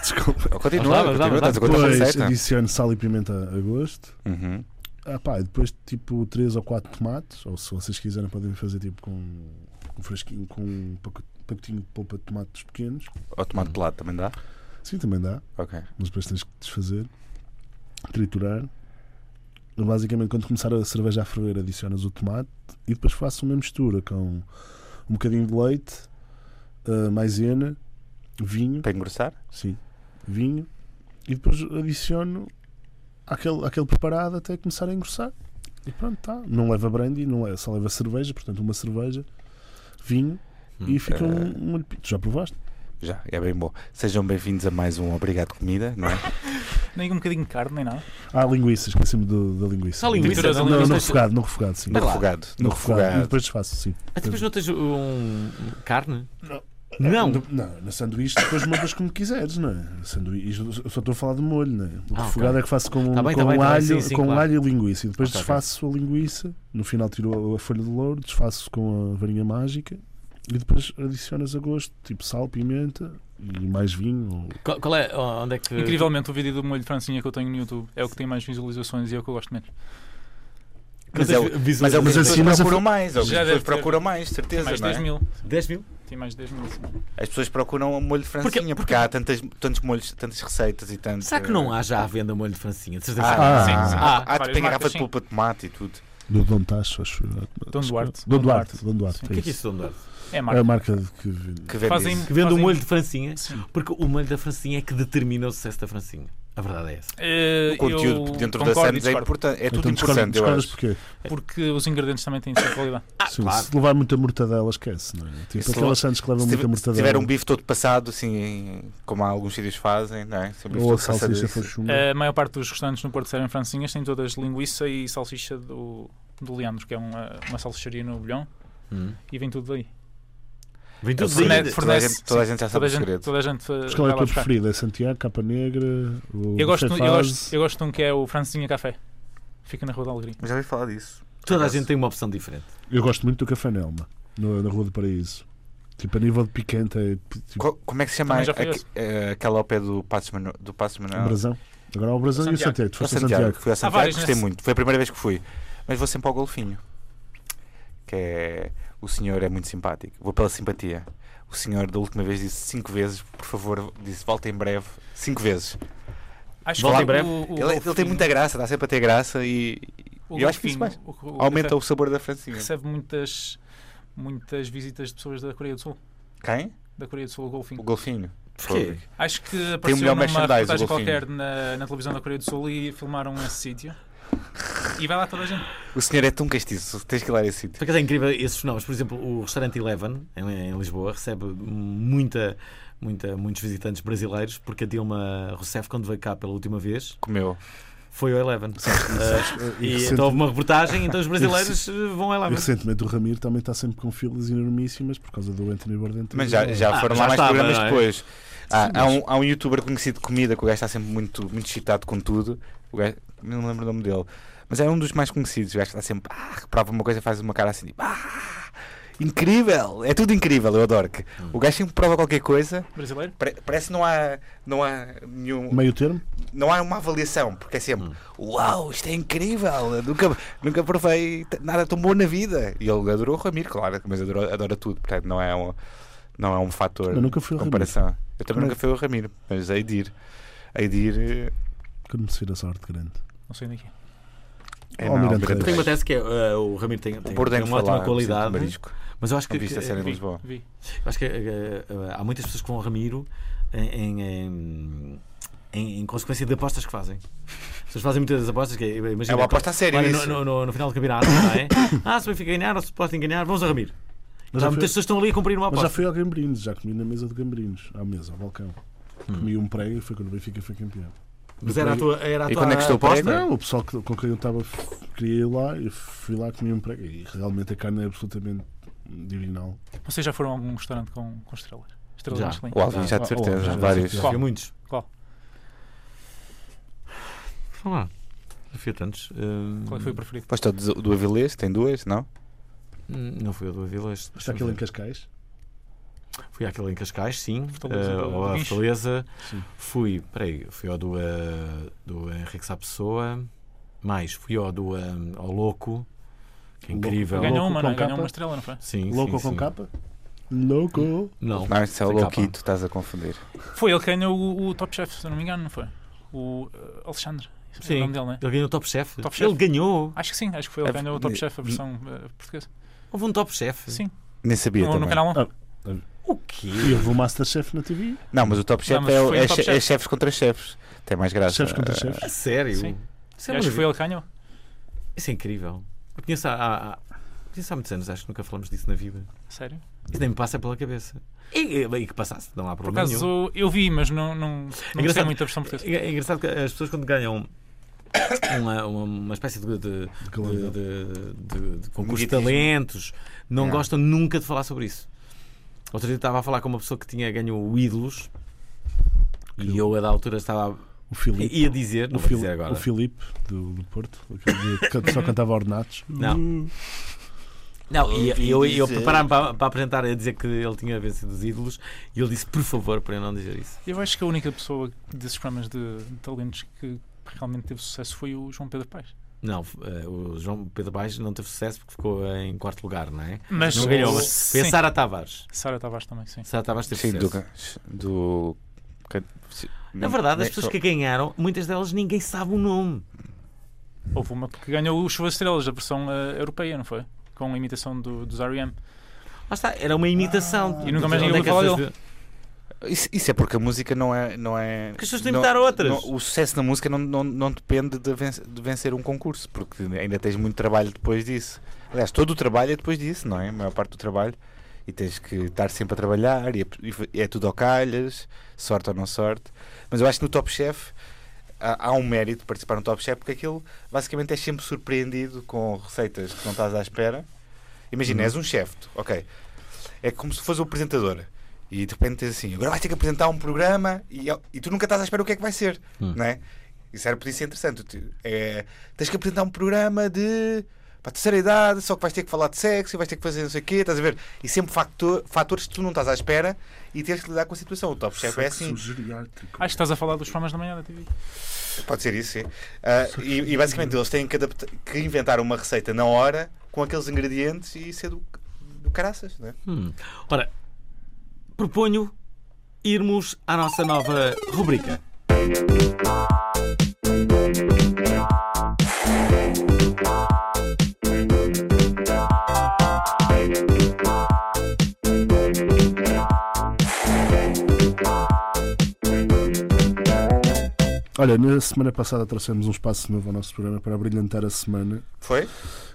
Desculpa. Continua, Vamos lá, vamos lá, continua, estás a contar a Depois receita. adiciono sal e pimenta a gosto. Uhum. Ah, pá, e depois tipo 3 ou 4 tomates, ou se vocês quiserem podem fazer tipo com um fresquinho, com um paco- pacotinho de polpa de tomates pequenos. Ou tomate de lado também dá? Sim, também dá, Ok. mas depois tens que desfazer, triturar. Basicamente, quando começar a cerveja a ferver, adicionas o tomate e depois faço uma mistura com um bocadinho de leite, ah, maisena, vinho, Para engrossar? sim, vinho, e depois adiciono aquele, aquele preparado até começar a engrossar. E pronto, tá. Não leva brandy, não leva, só leva cerveja, portanto, uma cerveja, vinho Hum, e fica um, eh. um molho. pi- Tu já provaste? Já, é bem bom. Sejam bem-vindos a mais um Obrigado Comida, não é? Nem um bocadinho de carne, nem nada. Ah, linguiças, esqueci-me do- da linguiça. Só linguiça, Trituras não, a Não, não no tens- refogado, no refogado, sim. No refogado. No refogado. E depois desfaço, sim. Ah, depois não tens um carne? Não. Não. No- Ah, Não, na sanduíche depois montas como quiseres, não é? Sanduíche, eu só estou a falar de molho, não é? O Ah, refogado ok. é que faço com, Tá bem, com tá bem, tá bem, alho, sim, sim, com claro. alho e linguiça. E depois Ok, ok. desfaço a linguiça, no final tiro a- a folha de louro, desfaço com a varinha mágica e depois adicionas a gosto, tipo sal, pimenta e mais vinho. Ou... Qual, qual é? Onde é que. Incrivelmente, o vídeo do molho de francinha que eu tenho no YouTube é o que tem mais visualizações e é o que eu gosto menos. Mas é o- Mas é o que as Mas assim, pessoas mas a- procuram mais, é o que Já as deve pessoas ter. procuram mais, Tem certeza, mais não 10 é? mil. 10 mil? Tem mais 10 mil. sim. As pessoas procuram o molho de francinha, porque, há tantas, tantos molhos, tantas receitas e tantas... Será que não há já à venda molho de francinha? De certeza. Ah, Ah, sim, ah, sim. ah, há, várias tem garrafa marcas, de sim. polpa de tomate e tudo. Do Dom Tacho, acho. é. Dom Dom Duarte. Dom Duarte. Duarte. Dom Duarte, o que é que é isso. isso, Dom Duarte? É a É marca. a marca de que vende. Que vende Fazem- isso. Que vende o Fazem- molho de francinha? Sim. Porque o molho da francinha é que determina o sucesso da francinha. A verdade é essa. Eh, O conteúdo eu dentro da concordo e Sands é discordo, importante. É tudo Então, discordas- importante, eu discordas acho. porquê? Porque os ingredientes também têm sua qualidade. Sim, Ah, claro. Se levar muita mortadela, esquece, não é? Tipo, se aquelas sandes que levam Se muita tiver, se mortadela. tiver um bife todo passado, assim, como há alguns sítios fazem, não é? Se o bife Ou a todo passado, salsicha isso- foi chumbo. A maior parte dos restaurantes no Porto servem francinhas, têm todas linguiça e salsicha do, do Leandro, que é uma, uma salsicharia no Bolhão, Hum. e vem tudo daí. Vem tudo Forne- daí. Toda a Então, fornece- gente- toda a gente já Toda sabe a o gente, é um segredo. toda a gente Mas qual eh, é a vai lá tua buscar. preferida? É Santiago, Capa Negra? O Eu gosto, Fefaz? eu, gosto, eu gosto de um que é o Francinha Café. Fica na Rua da Alegria. Já ouvi falar disso. Toda a gente tem uma opção diferente. Eu gosto muito do Café Nelma, no- na Rua do Paraíso. Tipo, a nível de picante, é tipo Co- Como é que se chama Também já fui aque- eh, aquela ao pé do Passos Manu- do Passos o Manuel? brasão. Agora há o brasão e o Santiago. Santiago. Tu Fui a foste a Santiago, Santiago. fui a Santiago vários, gostei né? muito. Foi a primeira vez que fui. Mas vou sempre ao Golfinho. Que é. O senhor é muito simpático. Vou pela simpatia. O senhor, da última vez, disse cinco vezes: por favor, disse volta em breve. Cinco vezes. Acho Vou lá em breve. o- o ele, ele tem Golfinho- muita graça, dá sempre a ter graça e. o eu acho que isso mais. Golfinho, o- o Aumenta café o sabor da francinha. Recebe muitas, muitas visitas de pessoas da Coreia do Sul. Quem? Da Coreia do Sul, o Golfinho. O golfinho. Porquê? Acho que o apareceu melhor numa merchandise, o reportagem Golfinho. qualquer na, na televisão da Coreia do Sul e filmaram esse sítio. E vai lá toda a gente. O senhor é tão castiço, tens que ir lá a esse sítio. Por acaso é incrível esses fenómenos. Por exemplo, o restaurante Eleven, em, em Lisboa, recebe muita, muita, muitos visitantes brasileiros, porque a Dilma Rousseff, quando veio cá pela última vez, Comeu. foi ao Eleven. Ah, e e recente- então houve uma reportagem, então os brasileiros eh, vão ao E Ah, Eleven. recentemente o Ramiro também está sempre com filas enormíssimas por causa do Anthony Bourdain. ter Mas já, ido lá. já Ah, foram já lá mais estava, programas não é? depois. Há, há um, há um youtuber conhecido de comida que o gajo está sempre muito, muito excitado com tudo. O gajo, não me lembro o nome dele, mas é um dos mais conhecidos. O gajo está sempre, ah, prova uma coisa e faz uma cara assim, tipo, ah, incrível! É tudo incrível, eu adoro. Que. Hum. O gajo sempre prova qualquer coisa, Brasileiro? pare- parece que não há, não há nenhum. Meio termo? Não há uma avaliação, porque é sempre Uau, isto é incrível! Nunca, nunca provei t- nada tão bom na vida. E ele adorou o Ramiro, claro, mas adorou- adora tudo, portanto não é um, não é um fator Eu nunca fui de ao comparação. Eu também Como é nunca fui ao Ramiro, mas a Idir. A Idir Que me se a sorte grande. Não sei daqui. é Oh, não, Mirante Mirante Reis. Tem uma Reis. tese que é eh, o Ramiro tem, O é tem, Bourdain tem uma foi lá, ótima sempre qualidade, né? marisco. mas eu acho que, Não viste a que- cena em vi. Lisboa? Vi. Eu acho que eh, eh, há muitas pessoas que vão ao Ramiro em, em- em- em- em consequência de apostas que fazem. As pessoas fazem muitas apostas que imagina, É uma aposta a sério, olha, isso. no, no- no- no final do campeonato, não é? Ah, se o Benfica ganhar ou se o Sporting ganhar, vamos ao Ramiro. Mas Já já, muitas fui, pessoas estão ali a cumprir uma mas já aposta. fui ao Gambrinos, já comi na mesa de Gambrinos, à mesa, ao balcão. Hum. Comi um prego e foi quando o Benfica foi campeão. Mas era a tua, era a E tua quando é que estou aposta? prego? Não, o pessoal que- com quem eu estava f- queria ir lá, eu fui lá, comi um prego e realmente a carne é absolutamente divinal. Tipo, Vocês já foram a algum restaurante com, com estrelas? Estrelas Já. Michelin? O Alvin já de Ah, o Alvin certeza, já de vários. certeza. Já fui a muitos. Qual? Vá lá. Não fui a tantos. Hum, Qual é que foi o preferido? Aposta do, do Avilés, tem duas, não? hum, Não fui a do Avilés. Está aquele em Cascais? Fui àquele em Cascais, sim. Fortaleza, Eh, do- do ao à Guincho. Fortaleza. Sim. Fui, peraí, fui ao do, eh, do Henrique Sá Pessoa. Mais, fui ao do eh, ao Louco. Que é Louco. incrível. Ganhou Ganhou uma, com não é? capa? Ganhou uma estrela, não foi? Sim, Louco sim, com sim. capa? Louco! Não. Não, esse é o Tem capa. Louquito, estás a confundir. Foi ele que ganhou o, o Top Chef, se eu não me engano, não foi? O eh, Alexandre. É Sim. o nome dele, não é? Ele ganhou o Top Chef. Top Chef. ele ganhou. Acho que sim, acho que foi ele que É, ganhou o Top ni- Chef, a versão eh, portuguesa. Houve um Top Chef. Sim, Nem sabia no, no também. canal 1. Ah, O quê? E houve o Masterchef na TV? Não, mas o Top Chef mas é, o- foi no é Top che- é Chef. chefes contra chefes. Tem mais graça. eh, Chefes contra chefes? A sério? Sim. Isso é, acho que maravilhoso. foi ele que ganhou. Isso é incrível. Eu conheço há, há, há- conheço há muitos anos, acho que nunca falamos disso na vida. Sério? Isso nem me passa pela cabeça. E, e- e que passasse, não há Por problema nenhum. acaso eu vi, mas não, não, não gostei Engraçado. muito da versão portuguesa. É é engraçado que as pessoas quando ganham uma, uma, uma espécie de, de, de, de- Galardão. Então, de- É. de concurso de Mediatismo. talentos não Yeah. gostam nunca de falar sobre isso. Outro dia estava a falar com uma pessoa que tinha ganho o Ídolos e eu, a da altura, estava O a, Filipe. ia dizer, não O, vou Fili dizer agora. o Filipe do, do Porto, aquele dia que só cantava ornatos. Não. Não, e e eu, e eu dizer. preparar-me para, para apresentar a dizer que ele tinha vencido os ídolos e ele disse, por favor, para eu não dizer isso. Eu acho que a única pessoa desses programas de de talentos que realmente teve sucesso foi o João Pedro Paes. Não, eh, o João Pedro Baixo não teve sucesso porque ficou em quarto lugar, não é? Mas Não ganhou, mas foi a sim. Sara Tavares. Sara Tavares também, sim. Sara Tavares teve Sim, do. sucesso. do Na verdade, as pessoas que ganharam, muitas delas ninguém sabe o nome. Houve uma que ganhou o Chuva de Estrelas, a versão eh, europeia, não foi? Com a imitação do, dos R.E.M. Lá está, era uma imitação. Ah. E nunca mais Onde ninguém é que ouviu falar essas- Isso, isso é porque a música não é. Não é Porque as pessoas não- imitaram outras. não- o sucesso da música não, não, não depende de vencer, de vencer um concurso, porque ainda tens muito trabalho depois disso. Aliás, todo o trabalho é depois disso, não é? A maior parte do trabalho. E tens que estar sempre a trabalhar, e é, e é tudo ao calhas, sorte ou não sorte. Mas eu acho que no Top Chef há, há um mérito de participar no Top Chef, porque aquilo basicamente és sempre surpreendido com receitas que não estás à espera. Imagina, és um chefe, tu, ok. É como se fosse o apresentador. E de repente tens assim, agora vais ter que apresentar um programa e, e tu nunca estás à espera o que é que vai ser, não é? Isso era, podia ser interessante. Tu- é, tens que apresentar um programa de para a terceira idade, só que vais ter que falar de sexo e vais ter que fazer não sei o quê, estás a ver? E sempre facto- fatores que tu não estás à espera e tens que lidar com a situação. O Top Chef é assim. Acho que estás a falar dos programas da manhã da TV. Pode ser isso, sim. Ah, e, e basicamente eles têm que, adapta- que inventar uma receita na hora com aqueles ingredientes e ser do, do caraças, não é? Hum. Ora, proponho irmos à nossa nova rubrica. Olha, na semana passada trouxemos um espaço novo ao nosso programa para brilhantar a semana Foi?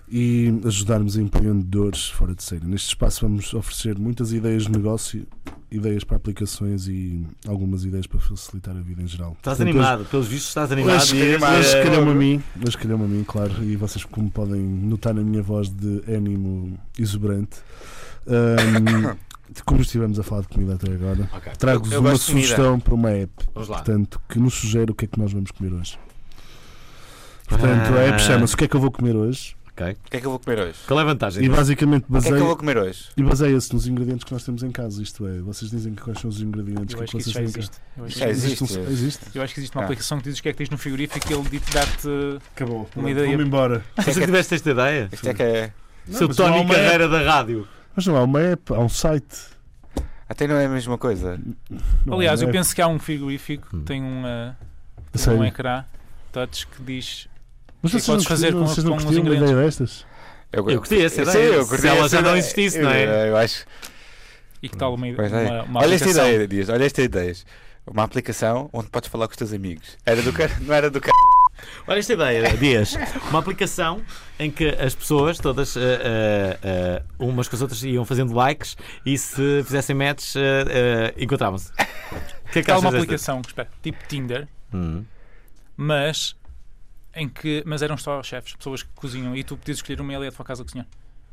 e ajudarmos empreendedores fora de série. Neste espaço vamos oferecer muitas ideias de negócio ideias para aplicações e algumas ideias para facilitar a vida em geral. Estás Portanto, animado, pelos vistos estás animado. Hoje, e- hoje eh, calhou-me a mim, hoje calhou-me a mim, claro, e vocês como podem notar na minha voz de ânimo exuberante, ahm, de como estivemos a falar de comida até agora, Ok. trago-vos Eu uma gosto de comida. sugestão para uma app, Vamos lá. portanto, que nos sugere o que é que nós vamos comer hoje. Portanto, a app Ah. chama-se O que é que eu vou comer hoje O que é que eu vou comer hoje? Qual é a vantagem? e basicamente O que é que eu vou baseia- comer hoje? e baseia-se nos ingredientes que nós temos em casa, isto é, vocês dizem que quais são os ingredientes Eu acho que vocês isso já têm em casa. existe. Eu acho Já que- existe. Existe um- existe? Eu acho que existe uma Ah. aplicação que dizes o que é que tens no frigorífico e ele dite- dá-te. eh, Acabou. Uma Pronto, ideia. Vamos embora. Se Isto é que- tiveste esta ideia, Isto é que é. Não, seu mas é- não há Tony uma Carreira da rádio. Mas não há uma app, há um site. Até não é a mesma coisa. Não há Aliás, uma eu app. penso que há um frigorífico Hum. que tem um, eh, A tem um sério? ecrã touch que diz Mas que vocês podes não, fazer não, com- vocês com não os curtiam uma ingredientes? ideia destas? Eu gostei dessa eu ideia, sei, eu se gostei ela dessa já não ideia. existisse, não é? Eu acho. e que tal uma, Pois é. uma, uma olha esta aplicação. ideia, Dias, olha esta ideia. Uma aplicação onde podes falar com os teus amigos. Era do cara, não era do cara. Olha esta ideia, Dias. Uma aplicação em que as pessoas todas eh, eh, eh, umas com as outras iam fazendo likes e se fizessem matches eh, eh, encontravam-se. O que é que Que há uma achas desta? aplicação que espera, tipo Tinder, Hum. mas em que mas eram só chefes, pessoas que cozinham e tu podias escolher uma e ela ia à tua casa cozinhar.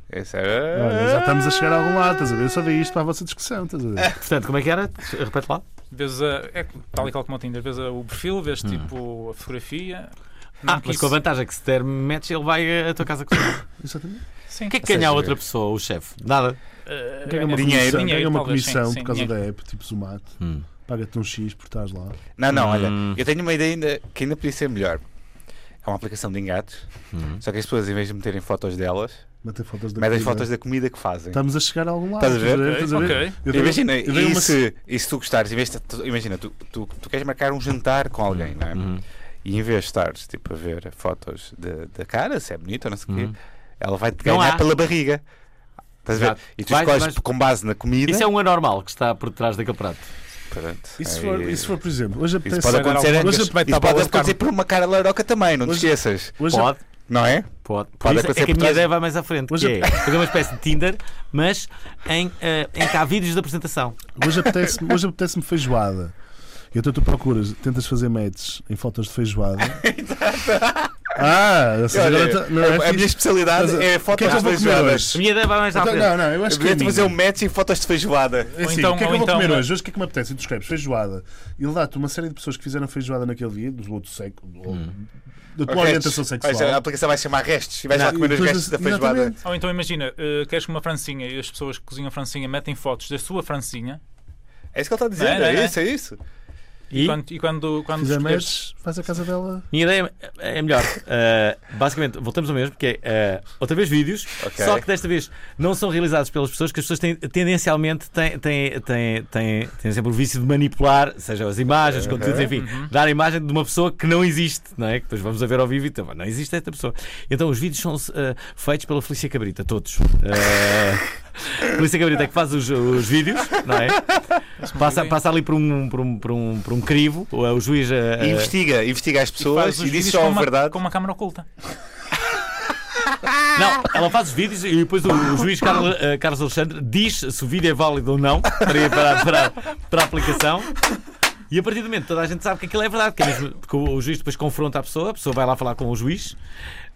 Essa Olha, era... já estamos a chegar a algum lado, estás a ver? Eu só dei isto para a vossa discussão, estás a ver? Portanto, como é que era? Repete lá. Vês a, é tal e qual como o Tinder, vês a- o perfil, vês tipo a fotografia. Não Hum. Ah, mas quis- com a vantagem que se der match, ele vai à tua casa cozinhar. Exatamente. Sim. O que é que Ou ganha a seja, outra pessoa, o chefe? Nada. Eh, Ganha uma dinheiro, comissão, dinheiro, ganha uma talvez, comissão sim, sim, por causa dinheiro. da app, tipo Zumato. Hum. Paga-te um X por estás lá. Não, Ah, não, olha, Hum. eu tenho uma ideia ainda que ainda podia ser melhor. É uma aplicação de engates, Hum. só que as pessoas, em vez de meterem fotos delas, Metem fotos da metem comida. fotos da comida que fazem. Estamos a chegar a algum lado. Estás a ver? Estás a ver? Ok. Eu dei- Imagina, eu dei e, uma- se, e se tu gostares, em vez de- tu- imagina, tu, tu, tu queres marcar um jantar com alguém, não é? Uhum. Hum. E em vez de estares tipo, a ver fotos da da cara, se é bonito ou não sei o Uhum. quê, ela vai-te Não ganhar há. pela barriga. Estás a ver? Exato. E tu Vai- escolhes vais- com base na comida. Isso é um anormal que está por trás daquele prato. Pronto. E se for, Aí- e se for, por exemplo, hoje Isso apetece. pode Vai dar acontecer, alguma isso coisa. Vai-te dar pode bolas de acontecer por uma cara laroca também, não te Hoje- esqueças, Hoje Pode, não é? pode. Por Pode isso acontecer é que a minha por trás- ideia vai mais à frente. Hoje- que é fazer uma espécie de Tinder, mas em, eh, em que há vídeos da apresentação. Hoje apetece-me hoje apetece feijoada. E então tu procuras, tentas fazer matches em fotos de feijoada. ah, ou seja, Olha, agora tá- não a- é a minha fixe? especialidade Mas, é o que é fotos que eu de vou comer feijoadas. A hoje? minha ideia vai mais à Então, frente. não, não, eu acho que. é Devia-te fazer minha. um match e fotos de feijoada. É Ou assim, então- o que é que ou eu vou então- comer hoje? Hoje o que é que me apetece? E tu escreves feijoada. E ele dá-te uma série de pessoas que fizeram feijoada naquele dia, do outro século, ou da tua orientação Restos. sexual. Mas A aplicação vai chamar restos e vais lá E comer os depois- restos da feijoada. exatamente. Ou então imagina, eh, queres comer uma francinha e as pessoas que cozinham francinha metem fotos da sua francinha É isso que ele está a dizer, Não é, é não é? isso, é isso. E a quando- e quando, quando Fizer escolheres- matches, vais à casa dela. minha ideia é é melhor. Eh, basicamente, voltamos ao mesmo, que é eh, outra vez vídeos, Ok. só que desta vez não são realizados pelas pessoas, que as pessoas têm, tendencialmente têm, têm, têm, têm, têm sempre o vício de manipular, seja as imagens, Uhum. os conteúdos, enfim, dar a imagem de uma pessoa que não existe, não é? Que depois vamos a ver ao vivo e então, não existe esta pessoa. Então os vídeos são eh, feitos pela Felícia Cabrita, todos. Eh, Felícia Cabrita é que faz os, os vídeos, não é? Passa, passa ali por um, por um, por um, por um crivo, o juiz. eh, E Investiga, investiga as É. faz pessoas os e diz vídeos só com a uma- verdade. Com uma câmara oculta. Não, ela faz os vídeos e depois o, o juiz Carlos, eh, Carlos Alexandre diz se o vídeo é válido ou não para, para, para, para a aplicação. E a partir do momento toda a gente sabe que aquilo é verdade, que é mesmo, porque o, o juiz depois confronta a pessoa, a pessoa vai lá falar com o juiz,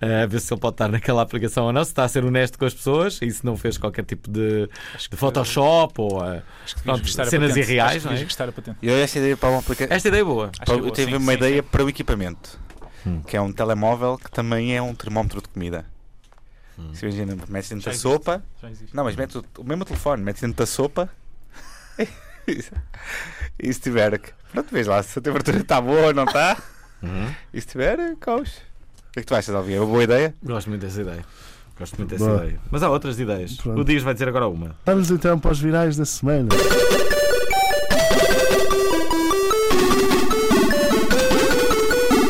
eh, a ver se ele pode estar naquela aplicação ou não, se está a ser honesto com as pessoas e se não fez qualquer tipo de, de Photoshop ou. eh, Acho que Pronto, devias registrar a cenas patente. irreais, Acho que não é? devias registrar a patente. E eu esta ideia para uma aplicação. esta ideia é boa. Acho que é Eu boa, tive sim, uma sim, ideia sim. Hum. para o equipamento, que é um telemóvel que também é um termómetro de comida. Se imagina, metes dentro da Hum. Já existe. sopa. Já existe. Não, mas metes o, o mesmo telefone, metes dentro da sopa. e se tiver. que- Pronto, vês lá se a temperatura está boa ou não está. Uhum. E se tiver, comes. O que é que tu achas, Alvin? É uma boa ideia? Gosto muito dessa ideia. Gosto muito dessa Boa. ideia. Mas há outras ideias. Pronto. O Dias vai dizer agora uma. Vamos então para os virais da semana.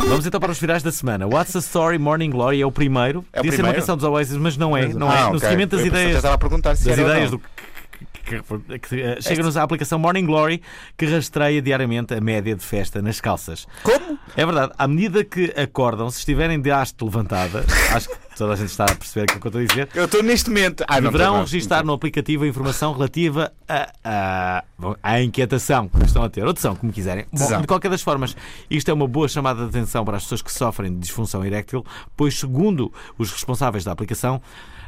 Vamos então para os virais da semana. What's the Story Morning Glory é o primeiro. É o Podia ser uma primeiro? canção dos Oasis, mas não é. Não é. Ah, no ok. seguimento das Eu pensava que já ideias, estava a perguntar se das era ou ideias não. do que, que, que, eh, chega-nos à aplicação Morning Glory que rastreia diariamente a média de festa nas calças. Como? É verdade, à medida que acordam, se estiverem de haste levantada, acho que toda a gente está a perceber aquilo que eu estou a dizer, Eu estou neste momento. Ah, não, deverão tá bem. registar no aplicativo a informação relativa a, a- bom, à inquietação que estão a ter, ou tesão, como quiserem. Bom, Tesão. de qualquer das formas, isto é uma boa chamada de atenção para as pessoas que sofrem de disfunção eréctil, pois, segundo os responsáveis da aplicação,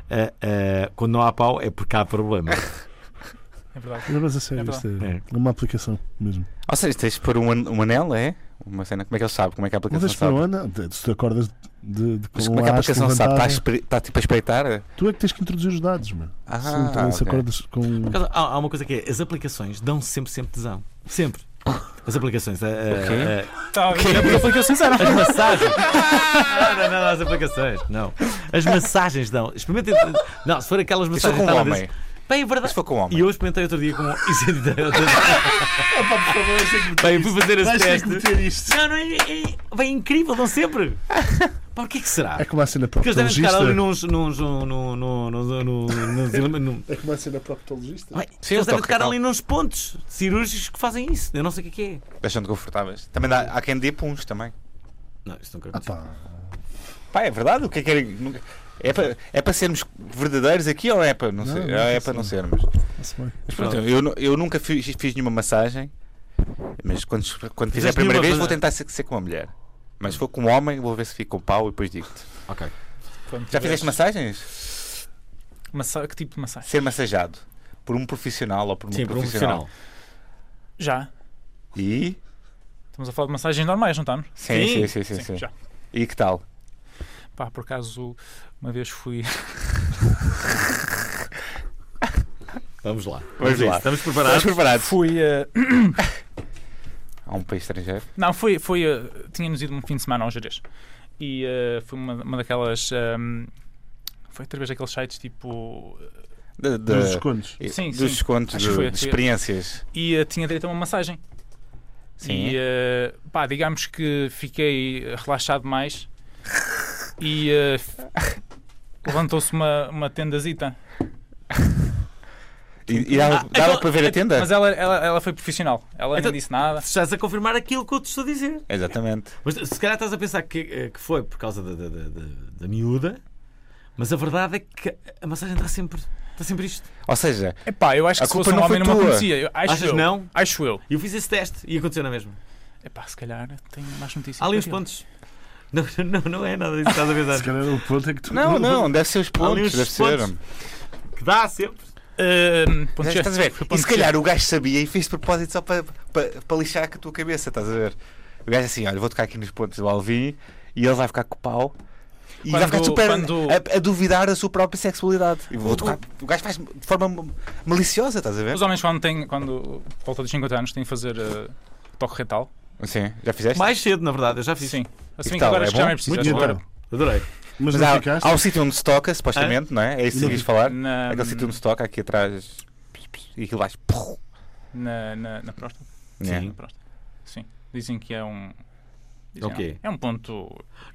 ah, ah, quando não há pau é porque há problema. É verdade. Não, Mas a sério, É isto é, É. uma aplicação mesmo. Ou seja, tens de pôr um, an- um anel, é? Uma cena. Como é que ele sabe? Como é que a Mas aplicação deixa para sabe? onde? De- Se tu acordas de, de, com Mas como é que a a haste aplicação sabe? Está, a levantada, espre- tá, tipo a espreitar? Tu é que tens que introduzir os dados, mano. Ah, se, tu- se ok. acordas com. Por acaso, Há, há uma coisa que é: as aplicações dão sempre, sempre tesão. Sempre. As aplicações. eh, A, quê? a, Tá, a, é- a, as massagens. não, não, não, não, as aplicações. Não. As massagens dão. Experimentem. Não, se for aquelas Mas foi massagens. com um tá lá homem. desse- Bem, é Mas verdade. foi com um E homem. eu experimentei outro dia com. Isso é de- de- Bem, fui fazer esse teste. Não, não, é, é, bem, é incrível, dão sempre. Para o que é que será? É como a cena Porque eles devem ficar proctologista. ali nos. nos, num- num- num- num- num- num- num- num- É como a cena proctologista. Bem, Sim, eles eu devem toco, ficar eu ali nos pontos cirúrgicos que fazem isso. Eu não sei o que é que é. Deixando confortáveis. Também dá, há quem dê puns também. Não, isso não quero Ah, pá. Pá, é verdade? O que é que é? Nunca- É para é para sermos verdadeiros aqui ou é para não, Não, ser? não é sei. para não sermos? Está-se bem. Mas pronto, eu, nu- eu nunca fiz, fiz nenhuma massagem, mas quando, quando fizer a Fizeste primeira nenhuma vez massa- vou tentar ser, ser com uma mulher. Mas se for com um homem, vou ver se fica com pau e depois digo-te. Ok. Quando Já tiveres fizeste massagens? massa- Que tipo de massagem? Ser massageado por um profissional ou por uma Sim, por um profissional. profissional. Já. E? Estamos a falar de massagens normais, não estamos? Sim, sim, Sim. sim, sim, sim. já. E que tal? Pá, por acaso, uma vez fui. Vamos lá. Vamos a isso. lá. tá Estamos Estás preparados? preparado? Fui. eh, Há um país estrangeiro? Não, foi. foi eh, Tínhamos ido um fim de semana ao Jerez. E eh, foi uma, uma daquelas. ehm, Foi através daqueles sites tipo. De, de- Dos descontos. e- Sim, dos sim. descontos, Acho de, que foi, de foi. experiências. E eh, tinha direito a uma massagem. Sim. E eh, pá, digamos que fiquei eh, relaxado mais. E eh, f- levantou-se uma, uma tendazita. E, e dava, Ah, dava então- para ver a tenda? Mas ela, ela, ela foi profissional. Ela Então- não disse nada. Estás a confirmar aquilo que eu te estou a dizer. Exatamente. Mas se calhar estás a pensar que, eh, que foi por causa da, da, da, da- da miúda, mas a verdade é que a massagem está sempre, está sempre isto. Ou seja, É pá, eu acho A que se culpa fosse um não homem foi não me tua. conhecia. Eu acho Achas eu. não? Acho eu. E eu fiz esse teste e aconteceu na mesma. É pá, se calhar tenho mais notícias. Há ali para uns ti. pontos. Não, não, não é nada disso que estás a Se pensar. calhar o ponto é que tu. não, não, deve ser os ali pontos, uns deve ser. pontos. Que dá sempre. Ahm, ponto G. Estás a ver? Ehm, Foi E ponto se G. calhar o gajo sabia e fez de propósito só para, para, para lixar com a tua cabeça, estás a ver? O gajo assim, olha, vou tocar aqui nos pontos do Alvin e ele vai ficar com o pau. E vai Quando- ficar super quando- a, a duvidar da sua própria sexualidade. E vou tocar. O gajo faz de forma maliciosa, estás É? a ver? Os homens, quando têm, quando por volta dos 50 anos, têm que fazer eh, toque retal. Sim, já fizeste? Mais cedo, na verdade, eu já fiz. Sim. Assim que tal? agora É acho que já bom? não é preciso. Muito acho que bom. agora- Adorei. Mas, Mas não há, ficaste? há um sítio onde se toca, supostamente, não é? É isso que Não. querias falar? Na, Aquele sítio onde se toca aqui atrás e aquilo vais. pum, na, na, na próstata. É. né? Na próstata. Sim. Dizem que é um. dizem, Ok. não, É um ponto.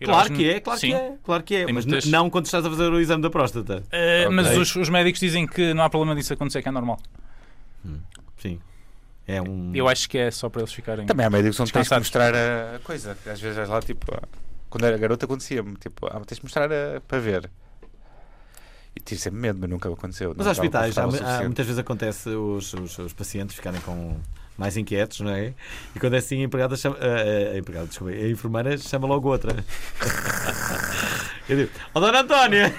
Claro erógeno. que é, claro Sim. que é, claro que é. Tem Mas muitas- n- não quando estás a fazer o exame da próstata. Eh, Ok. Mas os, os médicos dizem que não há problema disso acontecer, que é normal. Sim. É um. Eu acho que é só para eles ficarem. Também há médicos onde tens que Descansados. mostrar a coisa. que Às vezes vais lá, tipo, ah, quando era garota acontecia-me, tipo, ah, tens de mostrar a- para ver. E tive sempre medo, mas nunca aconteceu. Mas Não aos estava hospitais, há, confortável o há- suficiente. muitas vezes acontece os, os, os pacientes ficarem com mais inquietos, não é? E quando é assim, a empregada chama. A, a- a empregada, desculpa, a enfermeira chama logo outra. Eu digo, ó Dona Antónia,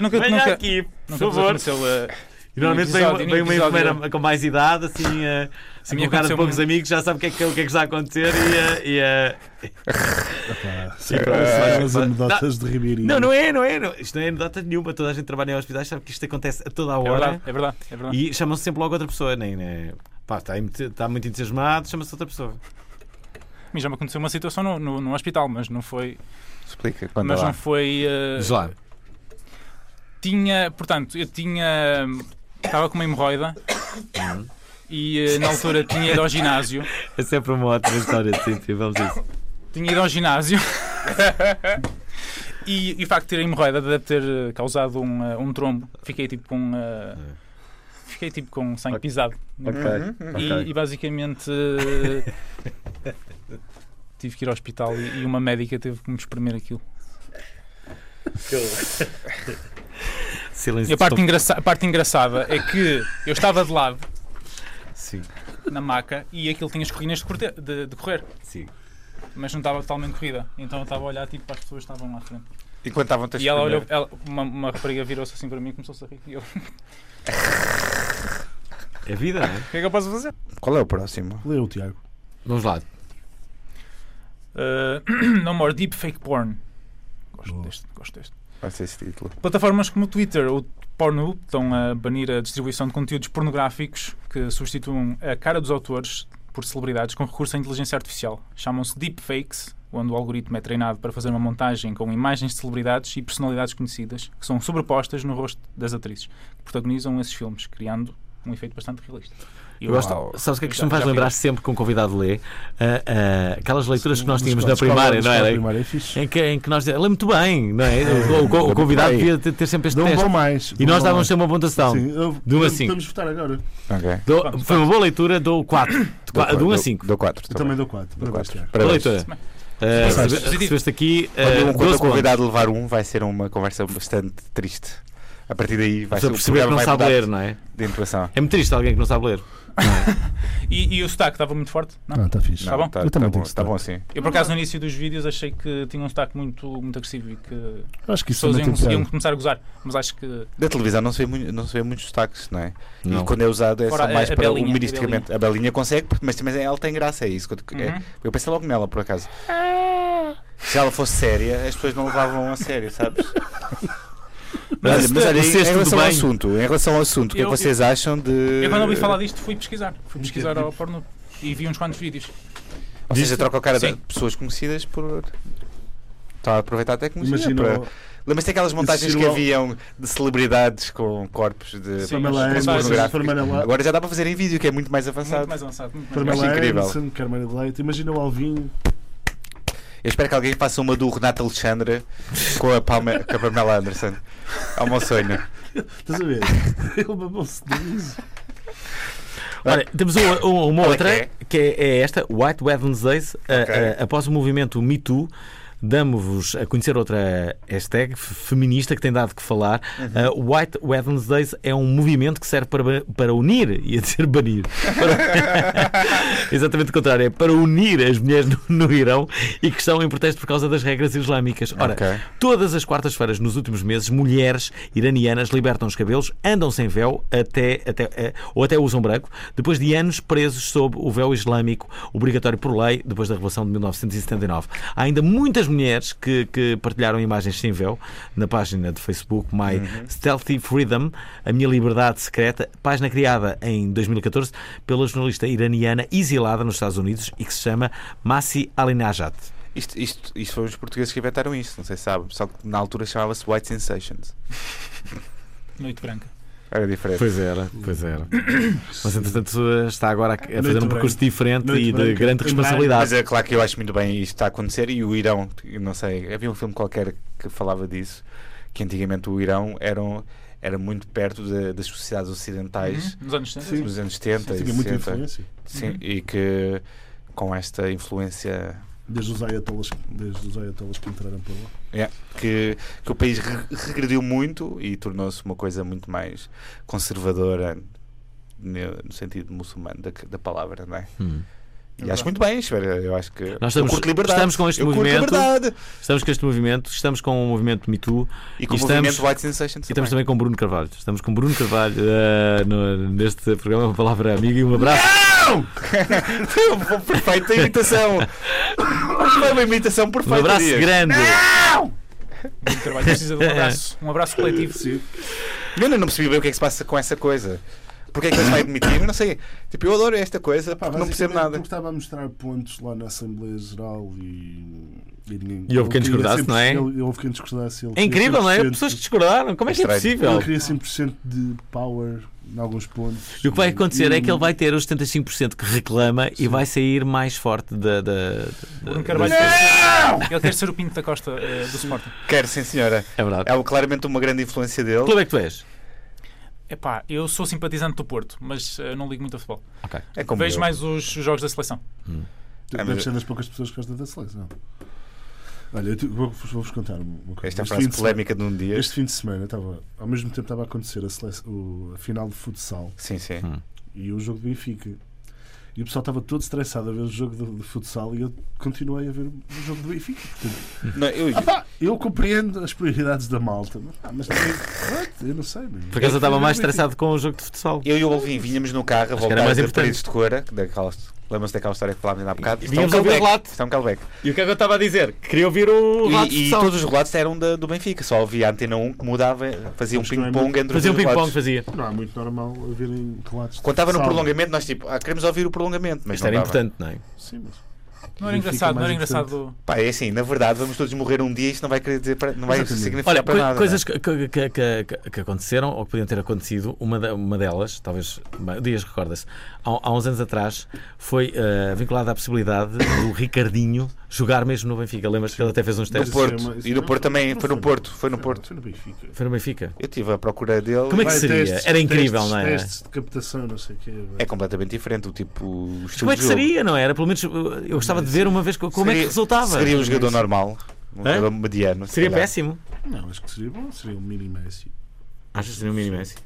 Nunca, venha nunca, aqui, por nunca vos favor. aconteceu, eh, E normalmente vem, uma- episódio, vem uma episódio. enfermeira com mais idade, assim, eh, assim minha com cara de aconteceu poucos muito. amigos, já sabe o que é que, o que, é que está a acontecer e, eh, e, eh, Pá, e sempre pronto. as anedotas de Ribeirinho. Não, não é, não é. Não. Isto não é anedota nenhuma. Toda a gente que trabalha em hospitais sabe que isto acontece a toda a É hora. verdade, é verdade, é verdade. E chamam-se sempre logo outra pessoa, nem. nem... Pá, está, aí muito- está muito entusiasmado, chama-se outra pessoa. A mim já me aconteceu uma situação no, no, no hospital, mas não foi. Explica, quando mas lá. não foi. eh, Diz lá. tinha. Portanto, eu tinha. Estava com uma hemorroida e eh, na altura tinha ido ao ginásio. É sempre uma ótima história, sim, sim, vamos a isso. Tinha ido ao ginásio. E, e o facto de ter a hemorroida deve ter eh, causado um, eh, um trombo. Fiquei tipo com. eh, fiquei tipo com sangue pisado. É. Ok. E, ok. e basicamente eh, tive que ir ao hospital e, e uma médica teve que me espremer aquilo. Silêncio. E a parte, engraça- a parte engraçada é que eu estava de lado Sim, na maca e aquilo tinha as corrinas de, corte- de- de correr, sim. mas não estava totalmente corrida. Então eu estava a olhar tipo para as pessoas que estavam lá à frente. Enquanto estavam-te a E ela olhou, espremer. ela- uma, uma rapariga virou-se assim para mim e começou-se a rir. E eu, o É vida, não é? que é que eu posso fazer? Qual é o próximo? Leu, Tiago. Vamos lá. Eh, no more deep fake porn. Gosto Boa. deste, gosto deste. Vai ser esse título. Plataformas como o Twitter ou o Pornhub estão a banir a distribuição de conteúdos pornográficos que substituam a cara dos autores por celebridades com recurso à inteligência artificial. Chamam-se deepfakes, onde o algoritmo é treinado para fazer uma montagem com imagens de celebridades e personalidades conhecidas que são sobrepostas no rosto das atrizes que protagonizam esses filmes, criando um efeito bastante realista. E Eu gosto, uau. sabes o que é que isto Já- me faz já vi. lembrar sempre que um convidado lê? Ah, ah, aquelas leituras que nós tínhamos na Escola- primária, não escola era? primária é fixe. Em que, em que nós dizíamos, lê muito bem, não é? O, o- o convidado devia ter ter sempre este Não teste. vão mais. E não nós vão dávamos mais. sempre uma pontuação. Sim, eu- De um a podemos- cinco. Podemos votar agora. Ok. Dou- foi uma boa leitura, dou 4. De 1 a 5. Dou 4. Eu também dou 4. Parabéns, Tiago. Boa leitura. Parabéns. Ah, Parabéns. recebe- recebeste aqui ah, Quando, quando 12 o pontos. um convidado levar um, vai ser uma conversa bastante triste. A partir daí vai Só ser o perceber que programa não vai sabe mudar ler, não é? de intuação. É muito triste alguém que não sabe ler. E, e o sotaque estava muito forte? Não? Ah, está fixe. Tá bom. Tá, Eu também tá bom, tenho tá bom assim. Eu, por acaso, no início dos vídeos achei que tinha um sotaque muito, muito agressivo e que Eu Acho que as isso pessoas também iam, tem iam piada. começar a gozar. Mas acho que Da televisão não se vê, muito, não se vê muitos sotaques, não é? Não. E quando é usado é Ora, só a- mais a para Belinha, a humoristicamente. A Belinha consegue, mas também ela tem graça, é isso. que eu- é- Uhum. eu pensei logo nela, por acaso. Se ela fosse séria, as pessoas não levavam a sério, sabes? Mas, mas olha, em vocês tudo relação ao bem? assunto, em relação ao assunto, o que é que Eu- vocês acham de. Eu quando ouvi falar disto fui pesquisar. Fui pesquisar ao porno e vi uns quantos vídeos. Ou seja, troca o cara de Sim. pessoas conhecidas por. Estava a aproveitar até conhecer. Imagina Para... o- Lembras-te daquelas montagens que Estilo- haviam de celebridades com corpos de. Sim, Pamela mas- Anderson, pornográfico. Pamela La- Agora já dá para fazer em vídeo, que é muito mais avançado. Muito mais avançado. Muito mais Pamela acho incrível. Anderson, Carmen Leite. Imagina o Alvinho. Eu espero que alguém faça uma do Renato Alexandre com a, Palme... com a Pamela Anderson. É o meu sonho. Estás a ver? Ele babou-se de riso. Olha, temos uma, uma- uma Qual é outra que que é, é esta, White Wednesdays. A- Ok. a- após o movimento Me Too, damos-vos a conhecer outra hashtag f- feminista que tem dado que falar. Uhum. A White Wednesdays é um movimento que serve para, ba- para unir, ia dizer banir. Para- Exatamente o contrário, é para unir as mulheres no, no Irão e que estão em protesto por causa das regras islâmicas. Ora, Ok. Todas as quartas-feiras nos últimos meses, mulheres iranianas libertam os cabelos, andam sem véu até, até, eh, ou até usam branco, depois de anos presos sob o véu islâmico, obrigatório por lei, depois da Revolução de 1979. Há ainda muitas mulheres que, que partilharam imagens sem véu na página de Facebook My Stealthy Freedom, a minha liberdade secreta, página criada em 2014 pela jornalista iraniana exilada nos Estados Unidos e que se chama Massi Alinajad. Isto, isto, isto foram os portugueses que inventaram isto, não sei se sabem. Só que na altura chamava-se White Sensations. Noite branca. Era diferente. Pois era, pois era. Mas entretanto está agora a a fazer Noite um percurso branca. diferente Noite e de branca. grande Mas responsabilidade. é claro que eu acho muito bem isto está a acontecer e o Irão, eu não sei, havia um filme qualquer que falava disso, que antigamente o Irão era, um- era muito perto de- das sociedades ocidentais Uhum. Nos anos 70. Sim. dos anos 70 e Tinha muita 60, influência. Uhum. sim, e que com esta influência Desde os ayatolas desde os ayatolas que entraram por lá. que, que o país re- regrediu muito e tornou-se uma coisa muito mais conservadora ne- no sentido muçulmano da, da palavra, não é? Hum. E acho muito bem, espera, eu acho que Nós estamos- eu curto liberdade. estamos com este eu curto movimento. liberdade. Estamos com este movimento, estamos com o movimento Me Too E com E o movimento estamos- White Sensations. e estamos também com o Bruno Carvalho. Estamos com o Bruno Carvalho eh, no- neste programa, uma palavra amiga e um abraço. Foi uma perfeita imitação. Foi uma imitação Um perfeita. abraço Dias. grande. Muito trabalho. Precisa É. de um abraço. Um abraço coletivo. Eu ainda não percebi bem o que é que se passa com essa coisa. Porque é que ele vai admitir? Eu não sei. Tipo, eu adoro esta coisa, Pá, porque não percebo basicamente, nada. Porque estava a mostrar pontos lá na Assembleia Geral e. E, ninguém, E houve quem ele queria discordasse, sempre- não é? Ele, houve quem discordasse. Ele É queria incrível, não é? 100% Pessoas que discordaram. Como é que é Estranho. possível? Ele queria 100% de power em alguns pontos. E o que vai E- acontecer e- é que ele vai ter os 75% que reclama e vai sair mais forte da. da- da- Bruno Carvalho. da- Ele quer ser o Pinto da Costa eh, do Sporting. Quero, sim, senhora. É verdade. É claramente uma grande influência dele. Que clube é que tu és? Epá, eu sou simpatizante do Porto, mas eh, não ligo muito a futebol. Ok. É como Vejo eu. mais os, os jogos da seleção. Tu É, mas Deves eu- ser das poucas pessoas que gostam da seleção. Olha, eu te- vou- vou-vos contar uma coisa. Esta Este frase fim de semana- polémica de um dia. Este fim de semana estava, ao mesmo tempo estava a acontecer a, sele- o- a final de futsal Sim, Hum. sim. e o jogo do Benfica. E o pessoal estava todo estressado a ver o jogo de, de futsal e eu continuei a ver o jogo do Benfica. Portanto, Não, eu- ah pá, eu compreendo as prioridades da malta, mas, pá, mas também, pronto, É eu não sei. meu. Por acaso eu estava mais estressado com o jogo de futsal. Eu e o Alvin vinhamos no carro a que era voltar mais de importante. Paredes de Cora, que daquela- lembram-se daquela história que falámos ainda há bocado? Isto é um Vinhamos a ouvir o callback. relato. Isto é um callback. E o que é que eu estava a dizer? Queria ouvir o relato E, e todos os relatos eram da- do Benfica, só havia a antena 1 que mudava, fazia um Mas não é ping-pong muito- entre os Fazia um dois ping-pong, relatos. fazia. Não é muito normal haverem relatos. de Quando estava no futsal. prolongamento, nós tipo, ah, queremos ouvir o prolongamento, mas Isto não era dava. importante, não é? Sim, mas Não era Benfica engraçado, não mais era interessante. engraçado. Pá, é assim, na verdade, vamos todos morrer um dia e isto não vai querer dizer, para- não vai Exatamente. significar Olha, para coi- nada. coisas que, que- que- que- que- que aconteceram ou que podiam ter acontecido, uma, da- uma delas, talvez bem, o Dias recorda-se, há, há uns anos atrás, foi eh, vinculada à possibilidade do Ricardinho jogar mesmo no Benfica. Lembras-te que ele até fez uns não é? do testes? Porto. Isso é uma- isso e do não- Porto também, não foi no Porto, foi no Porto. Foi no Benfica. Foi no Benfica. Eu estive à procura dele. Como é que Vai, seria? testes- Era incrível, testes- não é? Testes de captação, não sei o quê. vai. É completamente diferente, o tipo, o estilo Como é que de jogo. seria, não era? Pelo menos eh, eu gostava de ver uma vez co- como é que Seria- resultava. Seria um jogador normal, um Hã? jogador mediano. se Seria calhar. péssimo. Não, acho que seria bom, seria um mini Messi. Achas que seria um mínimo Messi?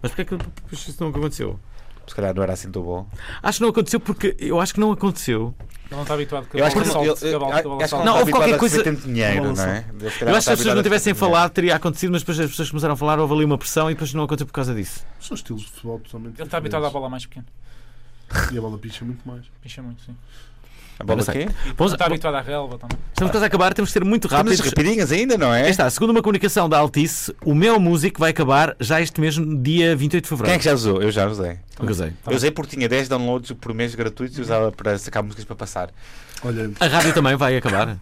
Mas porquê é que p- p- isso nunca aconteceu? Se calhar não era assim tão bom. Acho que não aconteceu porque eu acho que não aconteceu. Ele não está habituado com Eu acho que o ele- salto. ele- cavalo, acho cavalo, que ele salto. Não, está houve qualquer habituado a coisa- receber tanto dinheiro, Uma não é? Ele se calhar Eu acho que não está as pessoas habituado a tipo não receber tivessem tanto dinheiro. falado, teria acontecido, mas depois as pessoas começaram a falar, houve ali uma pressão e depois não aconteceu por causa disso. São estilos de futebol totalmente Ele está habituado à bola mais pequena. diferentes. E a bola picha muito mais. Picha muito, sim. A bola Não sei. aqui? Vamos, Está habituado à relva também. estamos quase a acabar, temos de ser muito Rápidas, rápidos. rapidinhas ainda, não Aí é? está, segundo uma comunicação da Altice, o meu músico vai acabar já este mesmo dia 28 de Quem é fevereiro. que já usou? Eu já usei. Nunca usei. Eu usei porque tinha 10 downloads por mês gratuitos e usava para sacar músicas para passar. Olha, A rádio também vai acabar.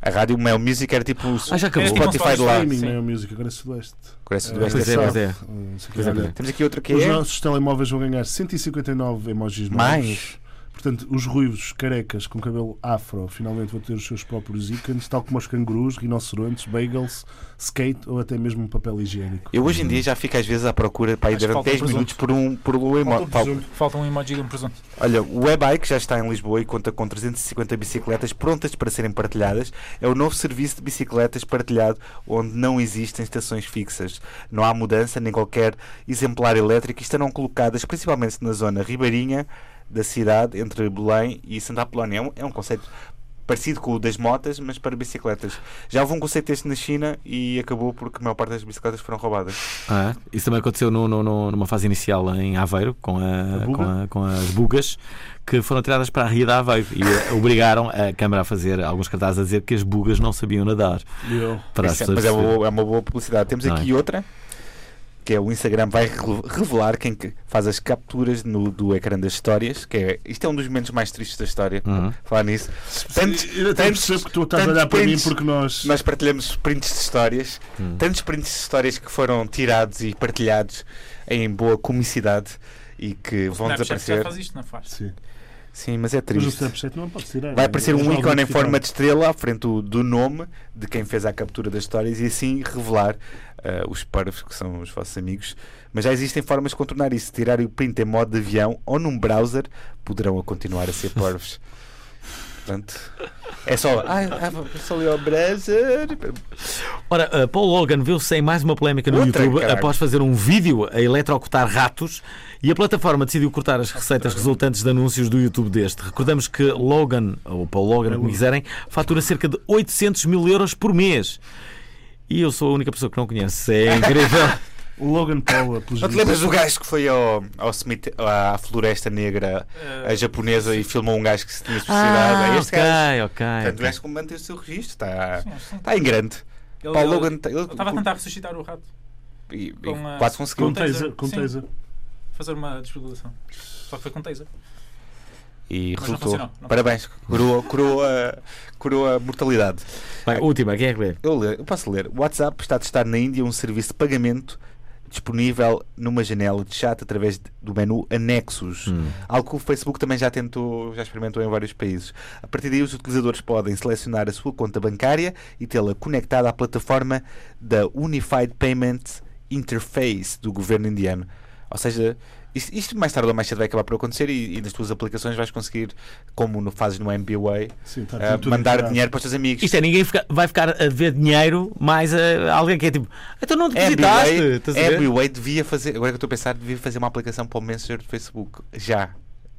A rádio Mel Music era tipo o Ah, já acabou. É, tipo, Spotify de lá. streaming, sim. não é a música, agora é Sudoeste. Parece do Eh, Pois é, STF. pois é. Eh, não sei o quê. Pois é, pois Olha, é. Temos aqui outro que Os é. nossos telemóveis vão ganhar 159 emojis novos. Mais. Portanto, os ruivos, carecas, com cabelo afro, finalmente vão ter os seus próprios ícones, tal como os cangurus, rinocerontes, bagels, skate ou até mesmo um papel higiênico. Eu hoje em dia já fico às vezes à procura para ir Acho que durante falta 10 um minutos por um por um emo- Falta um presunto. Falta um emoji de um presunto. Olha, o WebBike já está em Lisboa e conta com 350 bicicletas prontas para serem partilhadas. É o novo serviço de bicicletas partilhado onde não existem estações fixas. Não há mudança nem qualquer exemplar elétrico e estarão colocadas principalmente na zona ribeirinha da cidade, entre Belém e Santa Apolónia. É um, é um conceito parecido com o das motas, mas para bicicletas. Já houve um conceito deste na China e acabou porque a maior parte das bicicletas foram roubadas. Ah, isso também aconteceu no- no- no- numa fase inicial em Aveiro, com, a- A buga? com, a- com as bugas, que foram tiradas para a Ria de Aveiro e eh, obrigaram a Câmara a fazer alguns cartazes a dizer que as bugas não sabiam nadar. Eu. Para as Isso é- pessoas mas é uma, perceberem. boa, é uma boa publicidade. Temos Não é? aqui outra, que é o Instagram vai re- revelar quem que faz as capturas no, do ecrã das histórias. Que é, isto é um dos momentos mais tristes da história. Uhum. Falar nisso. Tanto- eu até tantos- percebo que tu estás a tantos olhar para mim prints. porque nós. Nós partilhamos prints de histórias, Hum. tantos prints de histórias que foram tirados e partilhados em boa comicidade e que vão Snapchat já desaparecer. faz isto, não faz? Sim. Sim, mas é Mas o triste. Snapchat não pode é. tirar. Vai aparecer Eu já um ícone em identificava. forma de estrela à frente do, do nome de quem fez a captura das histórias e assim revelar eh, os parvos que são os vossos amigos. Mas já existem formas de contornar isso. Tirar o print em modo de avião ou num browser poderão a continuar a ser parvos. Portanto, é só. Ah, ah, vou só ali ao browser. Ora, eh, Paul Logan viu-se em mais uma polémica no Outra, YouTube caralho. após fazer um vídeo a eletrocutar ratos e a plataforma decidiu cortar as receitas resultantes de anúncios do YouTube deste. Recordamos que Logan, ou Paul Logan, como quiserem, fatura cerca de 800 mil euros por mês. E eu sou a única pessoa que não conhece. É incrível. O Logan Paul, pelos Não te vistos, lembras do gajo que foi ao, ao cemite- à floresta negra a japonesa e filmou um gajo que se tinha suicidado? Ah, é este ok, gajo. é. ok. Portanto, o ok. gajo que mantém o seu registro. Está Sim, acho que sim. tá em grande. Ele- Paulo ele- Logan tem- ele- ele estava a tentar ressuscitar o rato. E, e Com, ah, quase conseguiu. Com Com taser, taser, com sim. taser. Fazer uma desregulação. Só que foi com taser. E Mas não resultou. funcionou, não Parabéns, curou, curou, a, curou a mortalidade. Vai, última, quem é que lê? Eu, le- eu posso ler. O WhatsApp está a testar na Índia um serviço de pagamento disponível numa janela de chat através de- do menu anexos. Algo que o Facebook também já tentou, já experimentou em vários países. A partir daí, os utilizadores podem selecionar a sua conta bancária e tê-la conectada à plataforma da Unified Payments interface do governo indiano. Ou seja, isto, isto mais tarde ou mais cedo vai acabar por acontecer e, e nas tuas aplicações vais conseguir, como no, fazes no MBWay, Sim, está eh, Ah, tudo- tudo mandar integrado. dinheiro para os teus amigos. Isto é, ninguém fica- vai ficar a dever dinheiro, mais a alguém que é tipo, então não depositaste. Everyway, estás a ver? Everyway devia fazer, agora que eu estou a pensar, devia fazer uma aplicação para o Messenger do Facebook. Já,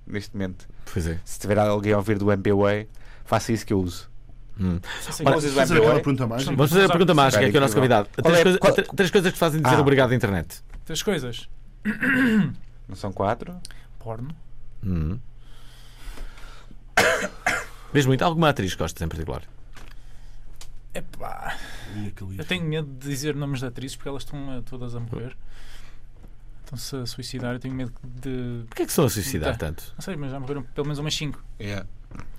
neste momento. Pois é. Se tiver alguém a ouvir do MBWay, faça isso que eu uso. Sim, Ora, vocês- vai Fazer MBA. aquela pergunta mais. Vamos fazer a pergunta mágica, Espera, que é o nosso incrível. convidado. Qual Três, é- coisas- qual- tr- três coisas que te fazem dizer Ah. obrigado à internet. Três coisas. Não são quatro? Porno. Hum. Vês muito? Alguma atriz que gostes em particular? Epá, E aquele eu livro. tenho medo de dizer nomes de atrizes porque elas estão eh, todas a morrer. Estão-se a suicidar. Eu tenho medo de. Porquê é que se estão a suicidar Tá. tanto? Não sei, mas já morreram pelo menos umas cinco.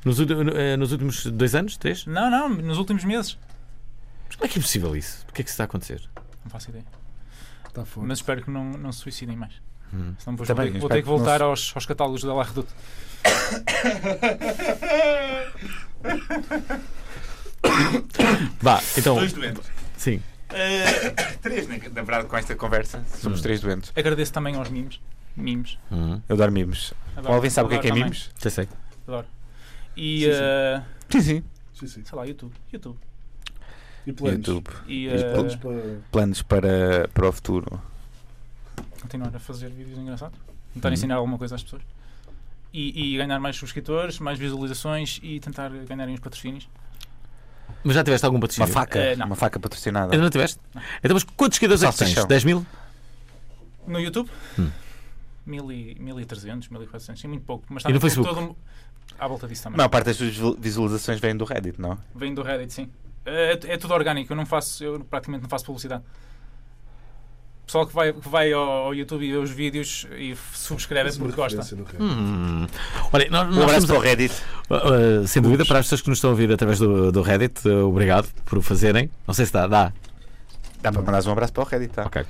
Nos, ulti- no- eh, nos últimos dois anos? Três? Não, não, nos últimos meses. Mas como é que é possível isso? Porquê é que isso está a acontecer? Não faço ideia. Está fora. Mas espero que não, não se suicidem mais. Hum. Senão depois Também, vou, ter, espero vou ter que que não voltar se- aos, aos catálogos da La Redoute. Vá, então. Dois doentes. Sim. É três, na, na verdade, com esta conversa. Somos três doentes. Agradeço também aos mimos. Mimos. Hum. Hum. Eu adoro mimos. O Adoro. Alvin sabe o que é que é Adoro mimos? Já sei. também. Adoro. E, Sim, sim. eh, Sim, sim. Sim, sim. sei lá, YouTube. YouTube. E planos? YouTube. E E eh, planos para. Planos para, para o futuro. continuar a fazer vídeos engraçados. Tentar ensinar alguma coisa às pessoas. E, e ganhar mais subscritores, mais visualizações e tentar ganhar uns patrocínios. Mas já tiveste algum Uma patrocínio? faca. Eh, não. uma faca patrocinada. Ainda não tiveste? Então, mas quantos seguidores é que tens? Salsichão. 10 mil? No YouTube, Hum. 1000 e- 1300, 1400, sim, muito pouco. Mas E no está Facebook? Todo, à volta disso A também. maior parte das suas visual- visualizações vem do Reddit, não? Vem do Reddit, sim. É, é tudo orgânico, eu não faço, eu praticamente não faço publicidade. O pessoal que vai, que vai ao, ao YouTube e vê os vídeos e f- subscreve porque gosta. é referência no resto. Hum. Olha, nós, Um nós abraço estamos a- para o Reddit. Uh, uh, sem dúvida, para as pessoas que nos estão a ouvir através do, do Reddit, uh, obrigado por o fazerem. Não sei se dá, dá. Dá para mandar um abraço para o Reddit, tá? Ok.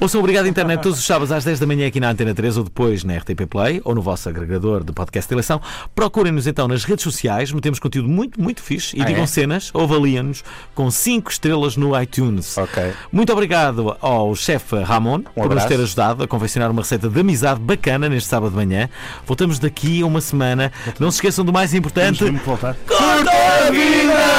Ouçam Obrigado Internet todos os sábados às 10 da manhã aqui na Antena 3 ou depois na RTP Play ou no vosso agregador de podcast de eleição. Procurem-nos então nas redes sociais, metemos conteúdo muito, muito fixe e Ah, digam é? cenas ou avaliem-nos com 5 estrelas no iTunes. Ok. Um Muito obrigado ao chefe Ramon por nos abraço. ter ajudado a confeccionar uma receita de amizade bacana neste sábado de manhã. Voltamos daqui a uma semana. Não se esqueçam do mais importante. Temos mesmo que voltar. Curta a vida!